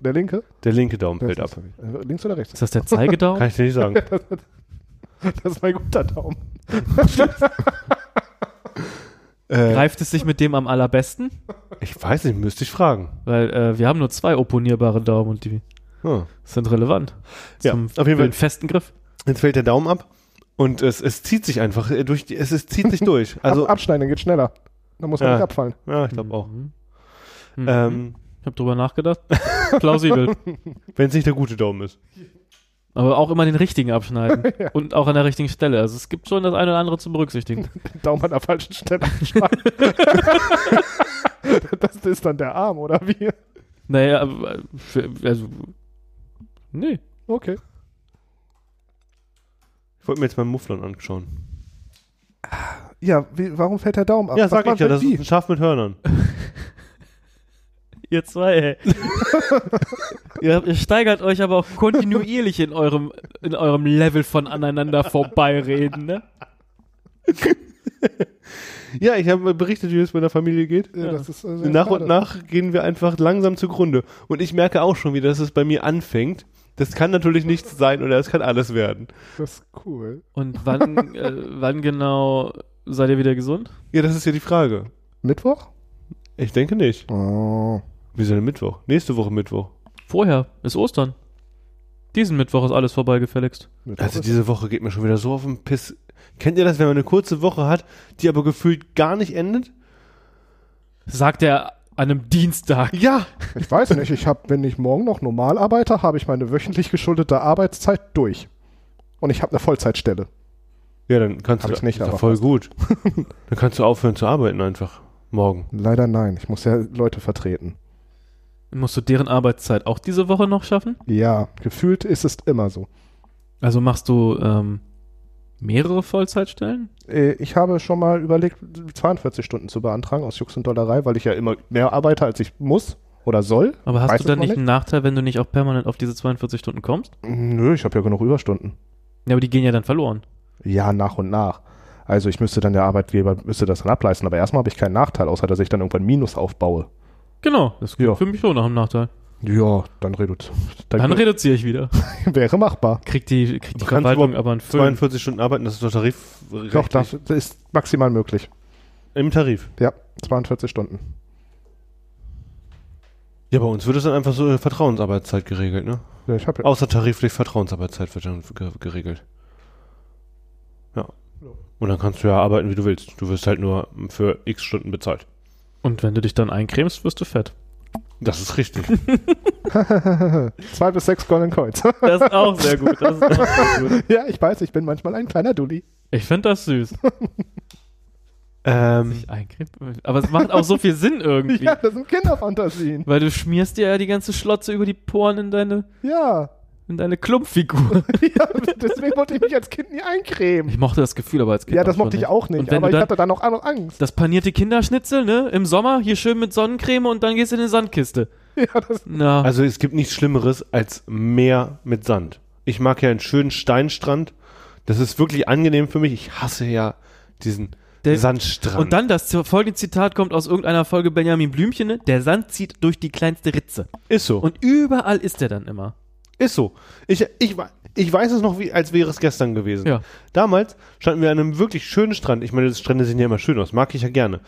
Der linke? Der linke Daumen fällt Das ab. ist- äh, Links oder rechts? Ist das der Zeigedaumen? Kann ich dir nicht sagen. Das ist mein guter Daumen. äh, Greift es sich mit dem am allerbesten? ich weiß nicht, müsste ich fragen. Weil äh, wir haben nur zwei opponierbare Daumen und die Hm. sind relevant. Ja, Zum auf jeden für Fall. den festen Griff. Jetzt fällt der Daumen ab und es, es zieht sich einfach äh, durch. Die, es, es zieht sich durch. Also, Ab, abschneiden geht schneller. Da muss man Ja. nicht abfallen. ja, ich glaube auch. Mhm. Mhm. Ähm, ich habe drüber nachgedacht. Plausibel. Wenn es nicht der gute Daumen ist. Aber auch immer den richtigen abschneiden. Und auch an der richtigen Stelle. Also es gibt schon das eine oder andere zu berücksichtigen. Daumen an der falschen Stelle. das ist dann der Arm, oder wie? Naja, aber, äh, für, also. Nee. Okay. Ich wollte mir jetzt meinen Mufflon anschauen. Ja, wie, warum fällt der Daumen ab? ja, Was sag ich macht ja, denn das die? ist ein Schaf mit Hörnern. Ihr zwei, ey. ihr, habt- ihr steigert euch aber auch kontinuierlich in eurem, in eurem Level von aneinander vorbeireden, ne? Ja, ich habe berichtet, wie es meiner Familie geht. Ja, das ist, äh, sehr Nach und schade. nach gehen wir einfach langsam zugrunde. Und ich merke auch schon wieder, dass es bei mir anfängt. Das kann natürlich nichts sein oder es kann alles werden. Das ist cool. Und wann, äh, wann genau seid ihr wieder gesund? Ja, das ist ja die Frage. Mittwoch? Ich denke nicht. Oh. Wir sind am Mittwoch. Nächste Woche Mittwoch. Vorher ist Ostern. Diesen Mittwoch ist alles vorbei, gefälligst. Mittwoch Also ist- diese Woche geht mir schon wieder so auf den Piss. Kennt ihr das, wenn man eine kurze Woche hat, die aber gefühlt gar nicht endet? Sagt er an einem Dienstag. Ja. ich weiß nicht, ich habe, wenn ich morgen noch normal arbeite, habe ich meine wöchentlich geschuldete Arbeitszeit durch. Und ich habe eine Vollzeitstelle. Ja, dann kannst Hab du. ich nicht, ist doch aber voll gut. dann kannst du aufhören zu arbeiten einfach. Morgen. Leider nein, ich muss ja Leute vertreten. Musst du deren Arbeitszeit auch diese Woche noch schaffen? Ja, gefühlt ist es immer so. Also machst du ähm, mehrere Vollzeitstellen? Äh, Ich habe schon mal überlegt, 42 Stunden zu beantragen aus Jux und Dollerei, weil ich ja immer mehr arbeite, als ich muss oder soll. Aber hast Weiß du es dann noch nicht, einen Nachteil, wenn du nicht auch permanent auf diese 42 Stunden kommst? Nö, ich habe ja genug Überstunden. Ja, aber die gehen ja dann verloren. Ja, nach und nach. Also ich müsste dann, der Arbeitgeber müsste das dann ableisten, aber erstmal habe ich keinen Nachteil, außer dass ich dann irgendwann Minus aufbaue. Genau, das klingt Ja. für mich schon nach einem Nachteil. Ja, dann reduziert. Dann reduziere ich wieder. wäre machbar. Kriegt die, kriegt die Du kannst Verwaltung überhaupt aber einen Füllen. 42 Stunden arbeiten, das ist doch Tarif. Doch, das ist maximal möglich. Im Tarif. Ja, 42 Stunden. Ja, bei uns wird es dann einfach so äh, Vertrauensarbeitszeit geregelt, ne? Ja, Ich habe ja. Außertariflich Vertrauensarbeitszeit wird dann ge- geregelt. Ja. Und dann kannst du ja arbeiten, wie du willst. Du wirst halt nur für x Stunden bezahlt. Und wenn du dich dann eincremst, wirst du fett. Das ist richtig. zwei bis sechs Golden Coins. Das ist auch sehr gut. Das ist auch sehr gut. ja, ich weiß, ich bin manchmal ein kleiner Dulli. Ich finde das süß. ähm, Sich eincremen. Aber es macht auch so viel Sinn irgendwie. Ja, das sind Kinderfantasien. Weil du schmierst dir ja die ganze Schlotze über die Poren in deine, Ja. in deine Klumpfigur. ja, deswegen wollte ich mich als Kind nie eincremen. Ich mochte das Gefühl aber als Kind. Ja, das schon ne? mochte ich auch Und nicht, wenn aber du ich dann hatte dann auch noch Angst. das panierte Kinderschnitzel, ne? Im Sommer hier schön mit Sonnencreme und dann gehst du in eine Sandkiste. Ja, das, Na, Also es gibt nichts Schlimmeres als Meer mit Sand. Ich mag ja einen schönen Steinstrand. Das ist wirklich angenehm für mich. Ich hasse ja diesen Der- Sandstrand. und dann das zu- folgende Zitat kommt aus irgendeiner Folge Benjamin Blümchen, ne? Der Sand zieht durch die kleinste Ritze. ist so. Und überall ist der dann immer. Ist so. Ich, ich, we- ich weiß es noch, wie, als wäre es gestern gewesen. Ja. Damals standen wir an einem wirklich schönen Strand. Ich meine, Strände sehen ja immer schön aus. Mag ich ja gerne.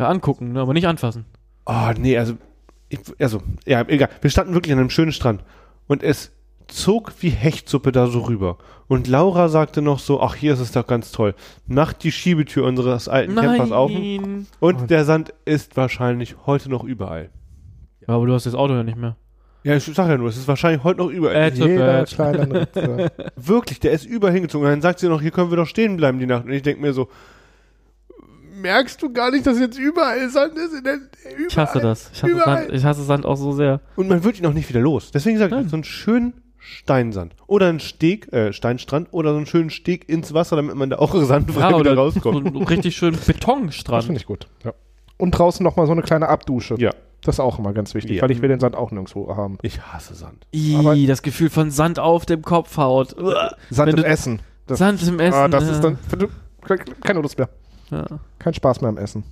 Ja, angucken, ne? aber nicht anfassen. Oh, nee, also, ich, also, ja, egal. Wir standen wirklich an einem schönen Strand. Und es zog wie Hechtsuppe da so rüber. Und Laura sagte noch so, ach, hier ist es doch ganz toll. Macht die Schiebetür unseres alten Campers auf. Nein. Und der Sand ist wahrscheinlich heute noch überall. Ja, aber du hast das Auto ja nicht mehr. Ja, ich sag ja nur, es ist wahrscheinlich heute noch überall. Äh, It's a jeder bird. kleine Ritze. Wirklich, der ist überall hingezogen. Und dann sagt sie noch, hier können wir doch stehen bleiben die Nacht. Und ich denke mir so, merkst du gar nicht, dass jetzt überall Sand ist? In der, überall. Ich hasse das. Ich hasse, Überall. Sand, ich hasse Sand auch so sehr. Und man wird ihn auch nicht wieder los. Deswegen sage ich, so einen schönen Steinsand. Oder einen Steg, äh, Steinstrand oder so einen schönen Steg ins Wasser, damit man da auch sandfrei wieder rauskommt. so einen richtig schön Das Betonstrand. finde ich gut. Ja. Und draußen nochmal so eine kleine Abdusche. Ja, Das ist auch immer ganz wichtig, Ja. weil ich will den Sand auch nirgendwo haben. ich hasse Sand. Aber- Ih, das Gefühl von Sand auf dem Kopf haut. Uah. Sand Wenn im du- Essen. Das, Sand im Essen. ah, das äh, ist dann keine Lust mehr. ja. Kein Spaß mehr am Essen.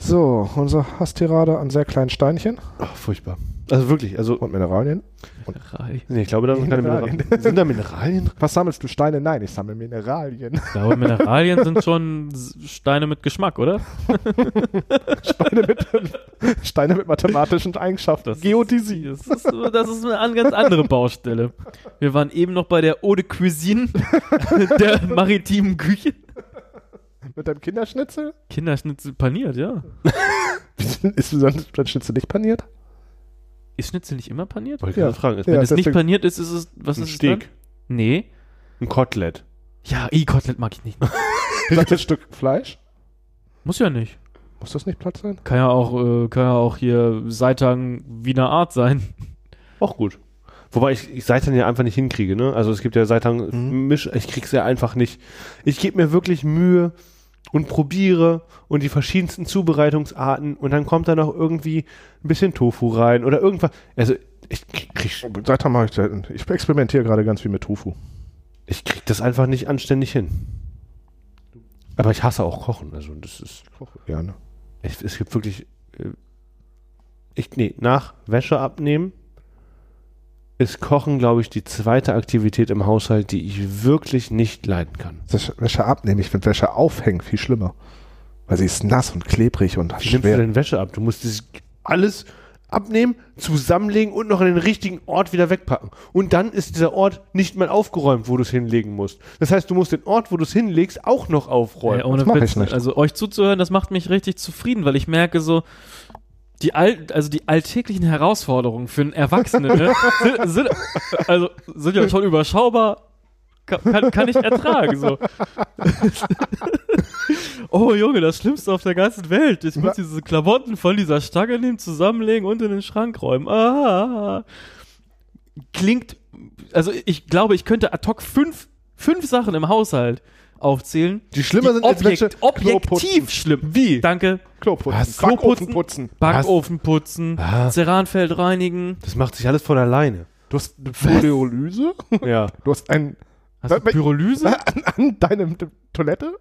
So, unsere Hasstirade an sehr kleinen Steinchen Ach, Oh, furchtbar. Also wirklich, also, und Mineralien. Rei. nee, ich glaube, da sind keine Mineralien. Mineralien. Sind da Mineralien? Was sammelst du Steine? Nein, ich sammle Mineralien. Ich glaube, Mineralien sind schon S- Steine mit Geschmack, oder? Steine mit, Steine mit mathematischen Eigenschaften. Das Geodäsie. Das ist, das ist eine an- ganz andere Baustelle. Wir waren eben noch bei der Eau de Cuisine, der maritimen Küche. Mit deinem Kinderschnitzel? Kinderschnitzel paniert, ja. Ist dein Schnitzel nicht paniert? Ist Schnitzel nicht immer paniert? Wollte ich Ja. gerade fragen. Ist Ja, Wenn es nicht deswegen- paniert ist, ist es. Was ein ist es? Steg, Dann? Nee. ein Kotelett. Ja, E-Kotelett mag ich nicht. Sagt ein Stück Fleisch? Muss ja nicht. Muss das nicht platt sein? Kann ja auch, äh, kann ja auch hier Seitan Wiener Art sein. Auch gut. Wobei ich, ich Seitan ja einfach nicht hinkriege, ne? Also es gibt ja Seitan Misch, ich krieg's ja einfach nicht. Ich gebe mir wirklich Mühe und probiere und die verschiedensten Zubereitungsarten und dann kommt da noch irgendwie ein bisschen Tofu rein oder irgendwas. Also ich krieg, Seitan mache ich selten. Ich experimentiere gerade ganz viel mit Tofu. ich krieg das einfach nicht anständig hin. Aber ich hasse auch Kochen, also das ist Gerne. es, es gibt wirklich äh, ich nee, nach Wäsche abnehmen ist Kochen, glaube ich, die zweite Aktivität im Haushalt, die ich wirklich nicht leiden kann. Wäsche, Wäsche abnehmen, ich finde Wäsche aufhängen viel schlimmer. Weil sie ist nass und klebrig und Wie nimmst du denn Wäsche ab? Du musst das alles abnehmen, zusammenlegen und noch an den richtigen Ort wieder wegpacken. Und dann ist dieser Ort nicht mal aufgeräumt, wo du es hinlegen musst. Das heißt, du musst den Ort, wo du es hinlegst, auch noch aufräumen. Ey, ohne das mach Witz. ich nicht. Also euch zuzuhören, das macht mich richtig zufrieden, weil ich merke so, die all, also die alltäglichen Herausforderungen für einen Erwachsenen ne, sind, sind, also sind ja schon überschaubar. Kann, kann, kann ich ertragen. So. oh Junge, das Schlimmste auf der ganzen Welt. Ich muss diese Klamotten von dieser Stange nehmen, zusammenlegen und in den Schrank räumen. Ah. Klingt, also ich glaube, ich könnte ad hoc fünf, fünf Sachen im Haushalt aufzählen, Die schlimmer sind als Objekt, Wäsche. objektiv schlimm. Wie? Danke. Kloputzen. Klo putzen. putzen. Backofen putzen, Ah. Ceranfeld reinigen. Das macht sich alles von alleine. Du hast eine Pyrolyse? Ja. Du hast ein Hast du Bei- bei- Pyrolyse? an, an deinem de- Toilette?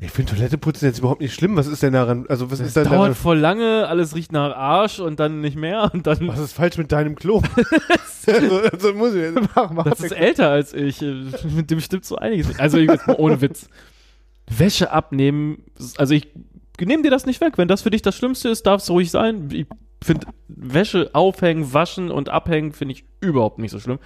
Ich finde Toilette putzen jetzt überhaupt nicht schlimm. Was ist denn daran? Also, was ist denn daran? Dauert voll lange, alles riecht nach Arsch und dann nicht mehr und dann. Was ist falsch mit deinem Klo? also, also muss ich jetzt. Warum Das ist älter als ich. äh, Mit dem stimmt so einiges. nicht. Also jetzt mal ohne Witz. Wäsche abnehmen. Also ich nehme dir das nicht weg. Wenn das für dich das Schlimmste ist, darf es ruhig sein. Ich finde Wäsche aufhängen, waschen und abhängen finde ich überhaupt nicht so schlimm.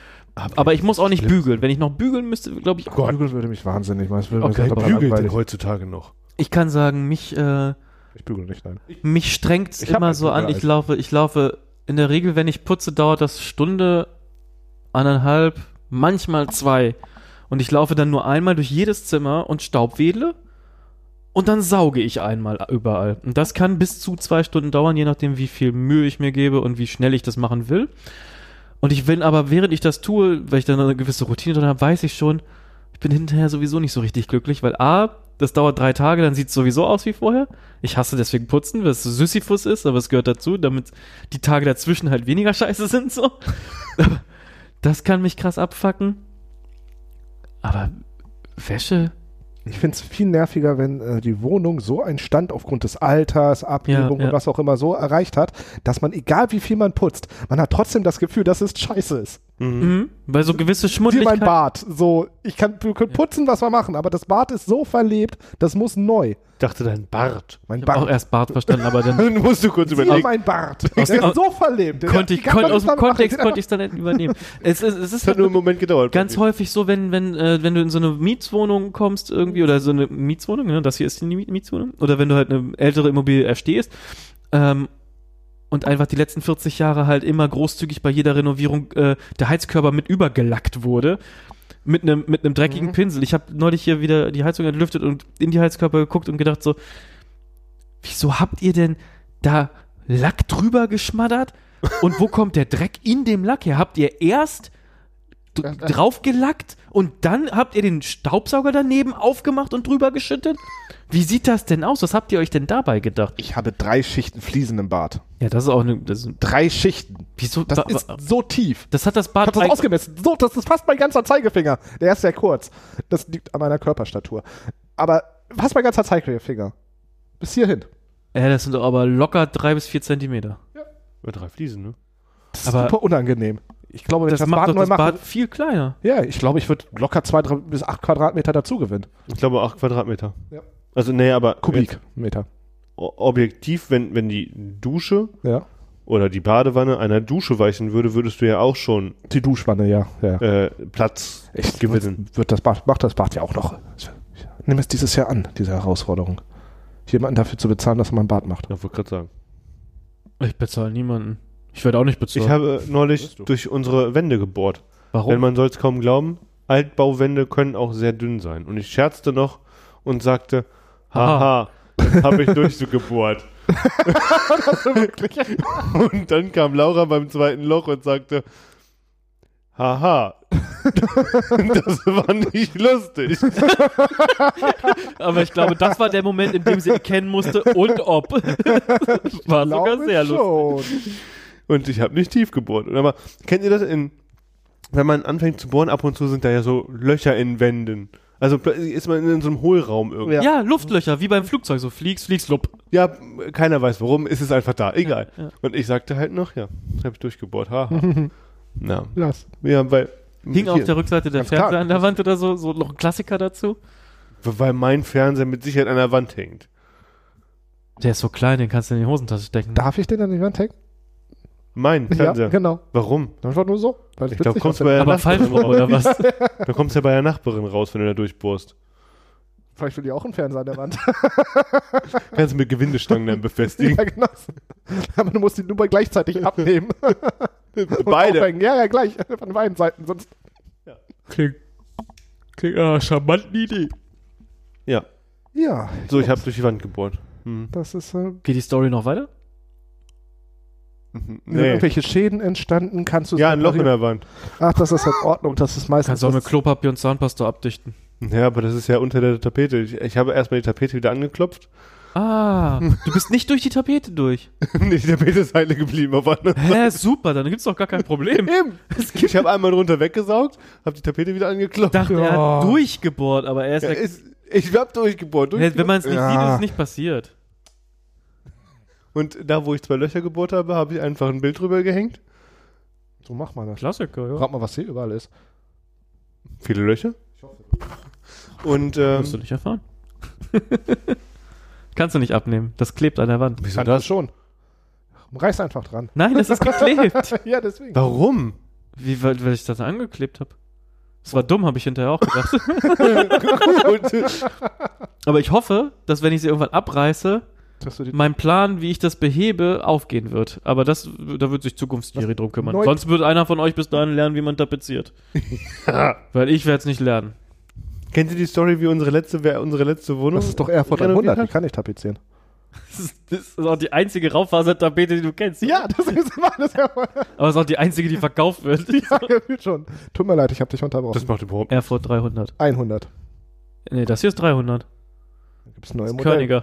Aber ich muss auch nicht bügeln. Wenn ich noch bügeln müsste, glaube ich, Gott, Bügeln würde mich wahnsinnig machen. Ich würde Okay, Wer mir total bügelt denn langweilig. heutzutage noch? ich kann sagen, mich äh, Ich bügel nicht, nein. Mich strengt es Ich hab halt immer einen so an. Bruder, Ich Alter. laufe, ich laufe in der Regel, wenn ich putze, dauert das Stunde, anderthalb, manchmal zwei. Und ich laufe dann nur einmal durch jedes Zimmer und staubwedle. Und dann sauge ich einmal überall. Und das kann bis zu zwei Stunden dauern, je nachdem, wie viel Mühe ich mir gebe und wie schnell ich das machen will. Und ich will aber, während ich das tue, weil ich dann eine gewisse Routine drin habe, weiß ich schon, ich bin hinterher sowieso nicht so richtig glücklich, weil A, das dauert drei Tage, dann sieht es sowieso aus wie vorher. Ich hasse deswegen Putzen, weil es so Sisyphus ist, aber es gehört dazu, damit die Tage dazwischen halt weniger scheiße sind so. Aber das kann mich krass abfacken. Aber Wäsche, Ich finde es viel nerviger, wenn äh, die Wohnung so einen Stand aufgrund des Alters, Ablebung Ja, ja. und was auch immer so erreicht hat, dass man, egal wie viel man putzt, man hat trotzdem das Gefühl, dass es scheiße ist. Mhm. mhm. weil so gewisse Wie mein Schmutzigkeit. Bad. So, ich kann, wir können putzen, was wir machen, aber das Bad ist so verlebt, das muss neu. Dachte dein Bart. Mein Ich habe auch Bart. erst Bart verstanden, aber dann Dann musst du kurz Sieh auf überlegen. mein Bart. Der Aus- ist aus- so verlebt. Der- konnte ich, kann man konnte, aus nicht mal dem machen. Kontext konnte ich es dann nicht übernehmen. Es ist, es ist Das hat halt nur einen Moment gedauert. ganz häufig so, wenn, wenn, äh, wenn du in so eine Mietswohnung kommst irgendwie oder so eine Mietswohnung, ne, das hier ist die Miet- Mietswohnung, oder wenn du halt eine ältere Immobilie erstehst ähm, und einfach die letzten 40 Jahre halt immer großzügig bei jeder Renovierung äh, der Heizkörper mit übergelackt wurde. Mit einem mit einem dreckigen Mhm. Pinsel. Ich habe neulich hier wieder die Heizung entlüftet und in die Heizkörper geguckt und gedacht so, wieso habt ihr denn da Lack drüber geschmattert? Und wo kommt der Dreck in dem Lack her? Habt ihr erst dr- draufgelackt und dann habt ihr den Staubsauger daneben aufgemacht und drüber geschüttet? Wie sieht das denn aus? Was habt ihr euch denn dabei gedacht? Ich habe drei Schichten Fliesen im Bad. Ja, das ist auch eine. Das, ist- Drei Schichten. wieso? Das wa- ist wa- so tief. das hat das Ich Bad. habe das ausgemessen. So, das ist fast mein ganzer Zeigefinger. Der ist sehr kurz. Das liegt an meiner Körperstatur. Aber fast mein ganzer Zeigefinger. Bis hierhin. ja, das sind doch aber locker drei bis vier Zentimeter. Über drei Fliesen, ne? Das ist Aber- super unangenehm. Ich glaube, wenn Das, ich das macht Bad doch neu das mache. Bad viel kleiner. Ja, ich glaube, ich würde locker zwei drei, bis acht Quadratmeter dazu gewinnen. Ich glaube acht Quadratmeter. Ja. Also, nee, aber jetzt Kubikmeter. o- objektiv, wenn, wenn die Dusche Ja. oder die Badewanne einer Dusche weichen würde, würdest du ja auch schon Die Duschwanne, ja. ja. äh, Platz Echt gewinnen. Wird das Bad, macht das Bad ja auch noch. Ich nehme es dieses Jahr an, diese Herausforderung. Jemanden dafür zu bezahlen, dass er mein Bad macht. Ja, wollte gerade sagen. Ich bezahle niemanden. Ich werde auch nicht bezahlen. Ich habe äh, neulich Weißt du. durch unsere Wände gebohrt. Warum? Denn man soll es kaum glauben, Altbauwände können auch sehr dünn sein. Und ich scherzte noch und sagte, haha, das habe ich durchgebohrt. und dann kam Laura beim zweiten Loch und sagte, haha, das war nicht lustig. Aber ich glaube, das war der Moment, in dem sie erkennen musste und ob. war sogar sehr lustig. lustig. Und ich habe nicht tief gebohrt. Und aber kennt ihr das in, wenn man anfängt zu bohren, ab und zu sind da ja so Löcher in Wänden. Also plötzlich ist man in so einem Hohlraum irgendwie. Ja. Ja. Luftlöcher, wie beim Flugzeug. So fliegst, fliegst, lupp. Ja, keiner weiß warum, ist es einfach da, egal. Ja, ja. Und ich sagte halt noch, ja, das habe ich durchgebohrt, haha. Na, Lass. Mhm. ja, weil, Hing auf hier, der Rückseite der Ganz klar. Fernseher an der Wand oder so. So noch ein Klassiker dazu. weil mein Fernseher mit Sicherheit an der Wand hängt. Der ist so klein, den kannst du in die Hosentasche stecken. Darf ich den an die Wand hängen? Mein Fernseher. Ja, genau. Warum? Das war nur so. Weil Ich das glaube, witzig kommst du aussieht. bei der Aber Nachbarin falsch rum, raus. oder was? Da kommst du ja bei der Nachbarin raus, wenn du da durchbohrst. Vielleicht will ich auch einen Fernseher an der Wand. Kannst du mit Gewindestangen dann befestigen. ja, genau. Aber du musst die Nummer gleichzeitig abnehmen. Und Beide. aufhängen. Ja, ja, gleich. Von beiden Seiten. Sonst Klingt. Klingt ah, charmant Idee. Ja, ja, so, ich habe durch die Wand gebohrt. Hm. das ist. Äh, Geht die Story noch weiter? Wenn Nee. irgendwelche Schäden entstanden, kannst du es Ja, ein Loch in reparieren. der Wand. Ach, das ist in Ordnung. Das ist meistens. Kannst du auch mit das, Klopapier und Zahnpasta abdichten. Ja, aber das ist ja unter der Tapete. Ich, ich habe erstmal die Tapete wieder angeklopft. Ah, du bist nicht durch die Tapete durch. Nee, die Tapete ist heile geblieben auf einer Hä, super, dann gibt's doch gar kein Problem. Eben. Ich habe einmal runter weggesaugt, habe die Tapete wieder Ich angeklopft. dachte, er Ja. hat durchgebohrt, aber er ist Ja, ja, ist, ich hab durchgebohrt. Hä, Wenn durchgebohrt. man es nicht Ja. sieht, ist es nicht passiert. Und da, wo ich zwei Löcher gebohrt habe, habe ich einfach ein Bild drüber gehängt. so mach mal das. Klassiker, ja. Rat mal, was hier überall ist. Viele Löcher. Und Wirst du ähm, nicht erfahren. Kannst du nicht abnehmen. Das klebt an der Wand. wieso Kannst du schon. Reiß einfach dran. Nein, das ist geklebt. ja, deswegen. Warum? Wie, weil, weil ich das angeklebt habe. Das war dumm, habe ich hinterher auch gedacht. Gut. Aber ich hoffe, dass wenn ich sie irgendwann abreiße, Dass du die mein Plan, wie ich das behebe, aufgehen wird. Aber das, da wird sich Zukunftsjiri drum kümmern. neu- Sonst wird einer von euch bis dahin lernen, wie man tapeziert. Weil ich werde es nicht lernen. Kennt ihr die Story, wie unsere letzte, wer unsere letzte Wohnung? Das ist doch Erfurt am renoviert 100. Die hat? kann ich tapezieren. Das ist, das ist auch die einzige Raufasertapete, die du kennst. Ja, das ist immer das ja, Aber es ist auch die einzige, die verkauft wird. ja gefühlt schon. Tut mir leid, ich habe dich Das unterbrochen. macht überhaupt Erfurt 300. 100. Nee, das hier ist 300. Gibt es neue Modelle? Körniger.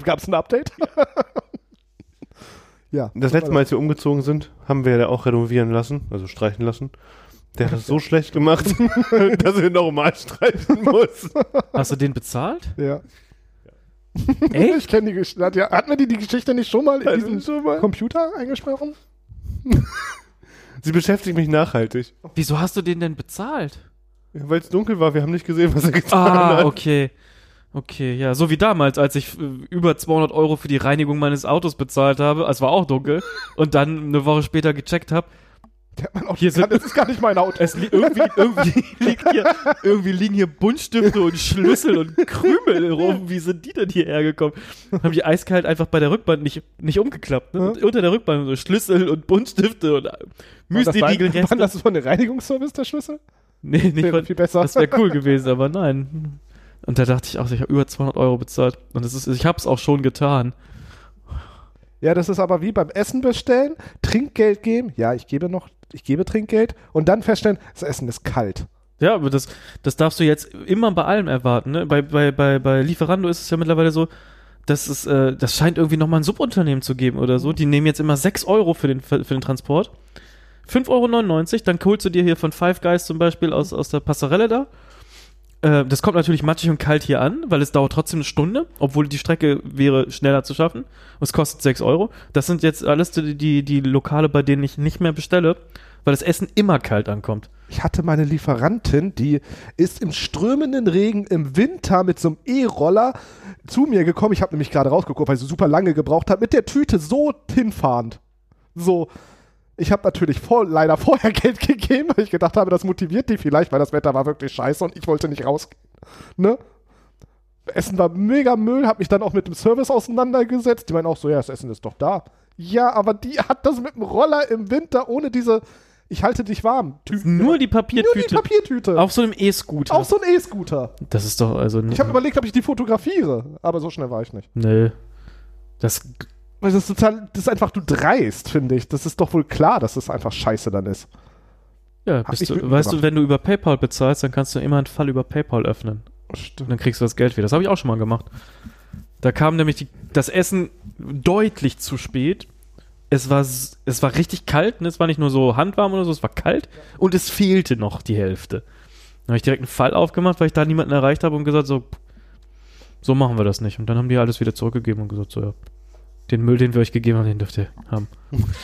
Gab es ein Update? ja. Das letzte Mal, als wir umgezogen sind, haben wir ja auch renovieren lassen, also streichen lassen. Der hat das so schlecht gemacht, dass er nochmal streichen muss. Hast du den bezahlt? Ja. Echt? Ich kenne die Geschichte. Hat, ja, hat mir die, die Geschichte nicht schon mal in Hatten diesem wir schon mal? Computer eingesprochen? Sie beschäftigt mich nachhaltig. Wieso hast du den denn bezahlt? Ja, Weil es dunkel war, wir haben nicht gesehen, was er getan Ah, hat. okay. Okay, ja, so wie damals, als ich äh, über 200 Euro für die Reinigung meines Autos bezahlt habe, es war auch dunkel, und dann eine Woche später gecheckt habe, Der hat man auch Hier Hier sind- das ist gar nicht mein Auto. es li irgendwie, irgendwie, liegt hier, irgendwie liegen hier Buntstifte und Schlüssel und Krümel rum. Wie sind die denn hierher gekommen? Haben die eiskalt einfach bei der Rückbank nicht, nicht umgeklappt. Ne? Ja. Unter der Rückbank so Schlüssel und Buntstifte und äh, War das, Müsli-Riegel-Reste. das von der Reinigungsservice der Schlüssel? Nee, nicht Wäre von, viel besser. Das wäre cool gewesen, aber nein. Und da dachte ich auch, ich habe über 200 Euro bezahlt. Und das ist, ich habe es auch schon getan. Ja, das ist aber wie beim Essen bestellen, Trinkgeld geben. Ja, ich gebe noch, ich gebe Trinkgeld und dann feststellen, das Essen ist kalt. Ja, aber das, das darfst du jetzt immer bei allem erwarten. Ne? Bei, bei, bei, bei Lieferando ist es ja mittlerweile so, dass es, äh, das scheint irgendwie nochmal ein Subunternehmen zu geben oder so. Die nehmen jetzt immer 6 Euro für den, für den Transport. 5,99 Euro, dann holst du dir hier von Five Guys zum Beispiel aus, aus der Passerelle da. Äh, das kommt natürlich matschig und kalt hier an, weil es dauert trotzdem eine Stunde, obwohl die Strecke wäre schneller zu schaffen. Und es kostet 6 Euro. Das sind jetzt alles die, die, die Lokale, bei denen ich nicht mehr bestelle, weil das Essen immer kalt ankommt. Ich hatte meine Lieferantin, die ist im strömenden Regen im Winter mit so einem E-Roller zu mir gekommen. Ich habe nämlich gerade rausgeguckt, weil sie super lange gebraucht hat, mit der Tüte so hinfahrend. So. Ich habe natürlich vor, leider vorher Geld gegeben, weil ich gedacht habe, das motiviert die vielleicht, weil das Wetter war wirklich scheiße und ich wollte nicht rausgehen. Ne? Essen war mega Müll, habe mich dann auch mit dem Service auseinandergesetzt. Die meinen auch so, ja, das Essen ist doch da. Ja, aber die hat das mit dem Roller im Winter ohne diese, ich halte dich warm, Tüte. Nur die Papiertüte. Nur die Papiertüte. Auf so einem E-Scooter. Auf so einen E-Scooter. das ist doch also. Ich habe überlegt, ob ich die fotografiere, aber so schnell war ich nicht. Nö. Das. Weil das ist total, das ist einfach du dreist, finde ich. Das ist doch wohl klar, dass das einfach scheiße dann ist. Ja, Hab bist ich du, mitgemacht. weißt du, wenn du über PayPal bezahlst, dann kannst du immer einen Fall über PayPal öffnen. Und Oh, Stimmt. dann kriegst du das Geld wieder. Das habe ich auch schon mal gemacht. Da kam nämlich die, das Essen deutlich zu spät. Es war, s- es war richtig kalt. Ne? Es war nicht nur so handwarm oder so, es war kalt. Und es fehlte noch die Hälfte. Dann habe ich direkt einen Fall aufgemacht, weil ich da niemanden erreicht habe und gesagt, so, so machen wir das nicht. Und dann haben die alles wieder zurückgegeben und gesagt, so, ja, den Müll, den wir euch gegeben haben, den dürft ihr haben.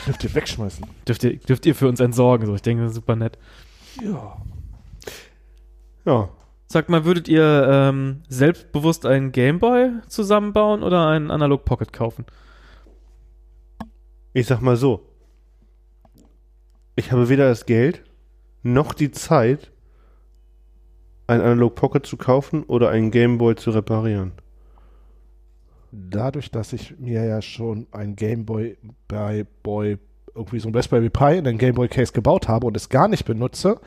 Dürft ihr wegschmeißen. Dürft ihr, dürft ihr für uns entsorgen. So, ich denke, das ist super nett. Ja. Ja. Sagt mal, würdet ihr ähm, selbstbewusst einen Gameboy zusammenbauen oder einen Analog Pocket kaufen? Ich sag mal so. Ich habe weder das Geld noch die Zeit, einen Analog Pocket zu kaufen oder einen Gameboy zu reparieren. Dadurch, dass ich mir ja schon ein Gameboy bei Boy, irgendwie so ein Raspberry Pi in ein Gameboy Case gebaut habe und es gar nicht benutze,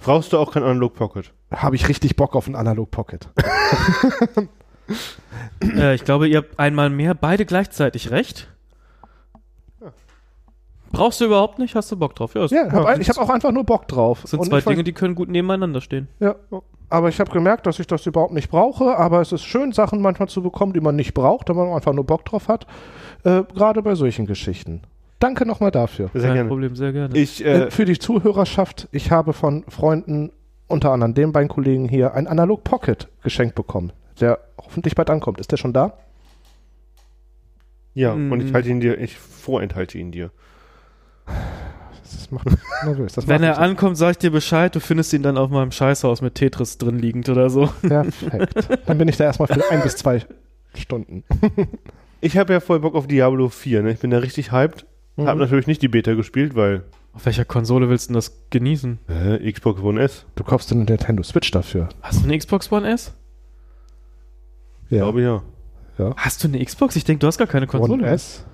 Brauchst du auch keinen Analog Pocket? habe ich richtig Bock auf einen Analog Pocket. äh, ich glaube, ihr habt einmal mehr beide gleichzeitig recht. Brauchst du überhaupt nicht? Hast du Bock drauf? Ja, es- Ja, hab ein, ich sind- habe auch einfach nur Bock drauf. sind Und zwei ich fand- Dinge, die können gut nebeneinander stehen. Ja, aber ich habe gemerkt, dass ich das überhaupt nicht brauche. Aber es ist schön, Sachen manchmal zu bekommen, die man nicht braucht, wenn man einfach nur Bock drauf hat. Äh, Gerade bei solchen Geschichten. Danke nochmal dafür. Sehr Kein gerne. Problem, sehr gerne. Ich, Äh, äh, für die Zuhörerschaft, ich habe von Freunden, unter anderem den beiden Kollegen hier, ein Analog Pocket geschenkt bekommen, der hoffentlich bald ankommt. Ist der schon da? ja, mm. Mhm. und ich halte ihn dir, ich vorenthalte ihn dir. Das macht mich nervös. Das Wenn macht er ankommt, sag ich dir Bescheid, du findest ihn dann auf meinem Scheißhaus mit Tetris drin liegend oder so. mich perfekt. Dann bin ich da erstmal für ein bis zwei Stunden. Ich habe ja voll Bock auf Diablo 4, ne? Ich bin da richtig hyped. Mhm. Hab natürlich nicht die Beta gespielt, weil Auf welcher Konsole willst du denn das genießen? äh, Xbox One S, Du kaufst dir eine Nintendo Switch dafür. Hast du eine Xbox One S? Ja. glaube ich ja. Hast du eine Xbox? Ich denke, du hast gar keine Konsole. One S.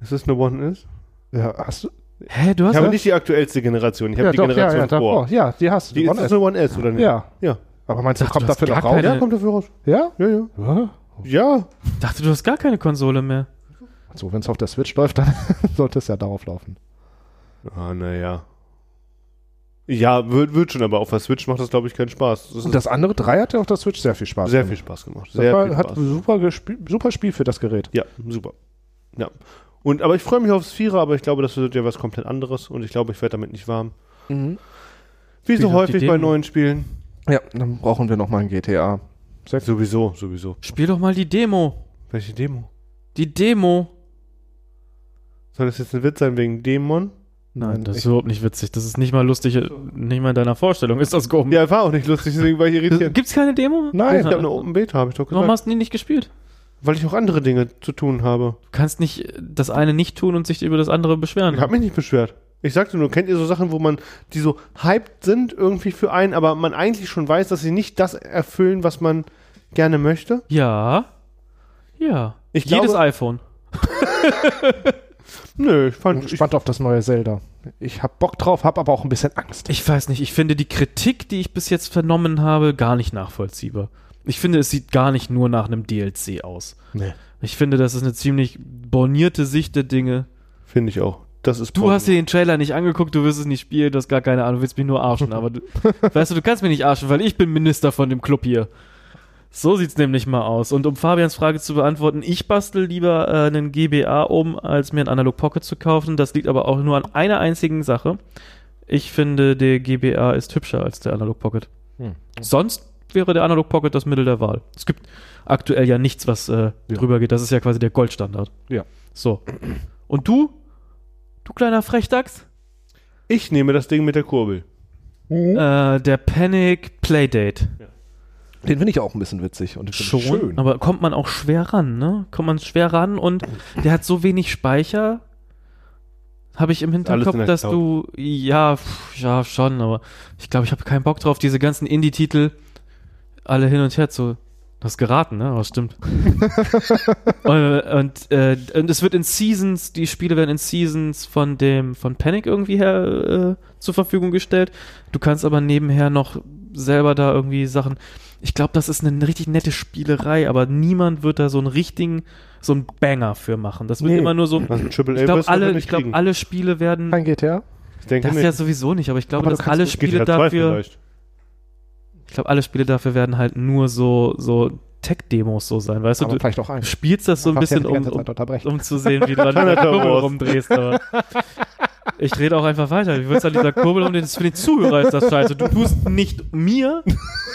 Ist das eine One S? Ja, hast du? Hä, du hast Ich habe eine nicht die aktuellste Generation, ich habe die Generation ja, ja, vor. davor. Ja, die hast du. Die, ist One S. das eine One S, oder nicht? Ja. Ja. Aber meinst du, Ach, du kommt hast dafür gar noch raus? keine- kommt dafür raus. Ja? Ja, ja. Ja? Ja. Ich dachte, du hast gar keine Konsole mehr. Also wenn es auf der Switch läuft, dann sollte es ja darauf laufen. Ah, naja. Ja, wird, wird schon, aber auf der Switch macht das, glaube ich, keinen Spaß. Das ist Und das andere 3 hat ja auf der Switch sehr viel Spaß. sehr viel gemacht. Spaß gemacht. Das Sehr war, viel hat Spaß. super, gespie- super Spiel für das Gerät. Ja, super. Ja. Und, aber ich freue mich aufs Vierer, aber ich glaube, das wird ja was komplett anderes und ich glaube, ich werde damit nicht warm. Wie Spiel so doch die häufig bei Demo. neuen Spielen. Ja, dann brauchen wir nochmal ein GTA. Sowieso, sowieso. Spiel doch mal die Demo. Welche Demo? Die Demo. Soll das jetzt ein Witz sein wegen Dämon? Nein, Nein, das ich- ist überhaupt nicht witzig. Das ist nicht mal lustig. äh, Nicht mal in deiner Vorstellung ist das komisch. Ja, war auch nicht lustig, deswegen war ich irritiert. Äh, Gibt's keine Demo? Nein, ich Nein. habe eine Open Beta, habe ich doch Warum gesagt. hast du die nicht gespielt? Weil ich auch andere Dinge zu tun habe. Du kannst nicht äh, das eine nicht tun und sich über das andere beschweren. Ich habe mich nicht beschwert. Ich sagte nur, kennt ihr so Sachen, wo man, die so hyped sind irgendwie für einen, aber man eigentlich schon weiß, dass sie nicht das erfüllen, was man gerne möchte? ja. Ja. Ich Jedes glaube- iPhone. Nö, ich Ich bin fand, ich gespannt auf das neue Zelda. Ich hab Bock drauf, hab aber auch ein bisschen Angst. Ich weiß nicht, ich finde die Kritik, die ich bis jetzt vernommen habe, gar nicht nachvollziehbar. Ich finde, es sieht gar nicht nur nach einem DLC aus. Nee. Ich finde, das ist eine ziemlich bornierte Sicht der Dinge. Finde ich auch. Das ist Du Porno. hast dir den Trailer nicht angeguckt, du wirst es nicht spielen, du hast gar keine Ahnung, du willst mich nur arschen, aber du, weißt du, du kannst mich nicht arschen, weil ich bin Minister von dem Club hier. So sieht's nämlich mal aus. Und um Fabians Frage zu beantworten, ich bastel lieber äh, einen GBA um, als mir einen Analog Pocket zu kaufen. Das liegt aber auch nur an einer einzigen Sache. Ich finde, der GBA ist hübscher als der Analog Pocket. Hm. Sonst wäre der Analog Pocket das Mittel der Wahl. Es gibt aktuell ja nichts, was äh, Ja. drüber geht. Das ist ja quasi der Goldstandard. Ja. So. Und du? Du kleiner Frechdachs? Ich nehme das Ding mit der Kurbel. Hm? Uh. Äh, der Panic Playdate. Den finde ich auch ein bisschen witzig und den find ich schön. Aber kommt man auch schwer ran, ne? Kommt man schwer ran und der hat so wenig Speicher. Habe ich im alles in Hinterkopf, der dass du. Ja, pff, ja, schon, aber ich glaube, ich habe keinen Bock drauf, diese ganzen Indie-Titel alle hin und her zu. Das ist geraten, ne? Aber es stimmt. und, und, äh, und es wird in Seasons, die Spiele werden in Seasons von dem, von Panic irgendwie her äh, zur Verfügung gestellt. Du kannst aber nebenher noch selber da irgendwie Sachen. Ich glaube, das ist eine richtig nette Spielerei, aber niemand wird da so einen richtigen, so einen Banger für machen. Das wird Nee. immer nur so. Also ein Triple Ich A glaube, wirst du alle, nicht ich glaub, kriegen. alle Spiele werden. Kein GTA? ich denke Das nicht. ja sowieso nicht, aber ich glaube, Aber du dass kannst alle mit Spiele GTA 2 dafür. vielleicht. Ich glaube, alle Spiele dafür werden halt nur so, so Tech-Demos so sein, weißt du? Aber Du vielleicht auch ein. spielst das so ein Darfst ja bisschen nicht die um, ganze um, Zeit unterbrechen. um zu sehen, wie du an Keiner der da Kurbel raus. rumdrehst. Aber ich rede auch einfach weiter. Du willst an dieser Kurbel rumdrehen. Das ist für den Zuhörer ist das scheiße. Du tust nicht mir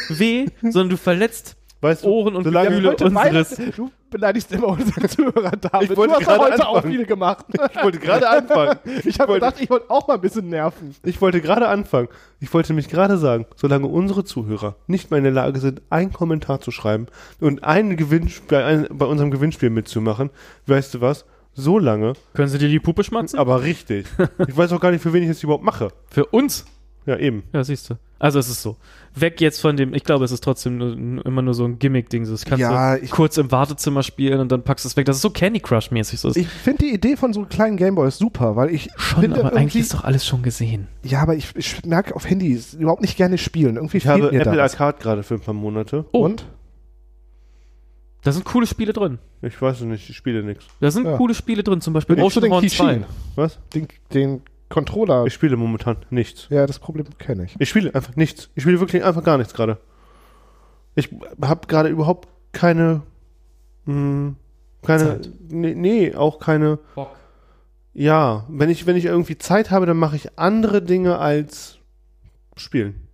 weh, sondern du verletzt Weißt du, Ohren und Solange Gefühle heute unseres. du beleidigst immer unsere Zuhörer damit. Ich wollte du hast doch gerade heute auch anfangen. viel gemacht. ich wollte gerade anfangen. Ich habe wollte- gedacht, ich wollte auch mal ein bisschen nerven. Ich wollte gerade anfangen. Ich wollte nämlich gerade sagen, solange unsere Zuhörer nicht mehr in der Lage sind, einen Kommentar zu schreiben und einen Gewinnspiel, bei, ein, bei unserem Gewinnspiel mitzumachen, weißt du was? So lange, Können sie dir die Puppe schmatzen? aber richtig. Ich weiß auch gar nicht, für wen ich das überhaupt mache. Für uns? Ja, eben. Ja, siehst du. Also es ist so. Weg jetzt von dem, ich glaube, es ist trotzdem nur, immer nur so ein Gimmick-Ding. So, Das kannst Ja, du ich- kurz im Wartezimmer spielen und dann packst du es weg. Das ist so Candy Crush-mäßig. So. Ich finde die Idee von so kleinen Gameboys super, weil ich schon, finde aber irgendwie- eigentlich ist doch alles schon gesehen. ja, aber ich, ich merke auf Handys überhaupt nicht gerne spielen. Irgendwie Ich habe mir Apple da was. Arcade gerade für ein paar Monate. Oh. Und? Da sind coole Spiele drin. Ich weiß es nicht, ich spiele nichts. Da sind Ja. coole Spiele drin, zum Beispiel Benutzt du den Oceanhorn 2. Keychain? Was? Den, den Controller. Ich spiele momentan nichts. ja, das Problem kenne ich. Ich spiele einfach nichts. Ich spiele wirklich einfach gar nichts gerade. Ich habe gerade überhaupt keine. Mh, keine. Zeit. Nee, nee, auch keine. Bock. Ja, wenn ich, wenn ich irgendwie Zeit habe, dann mache ich andere Dinge als spielen.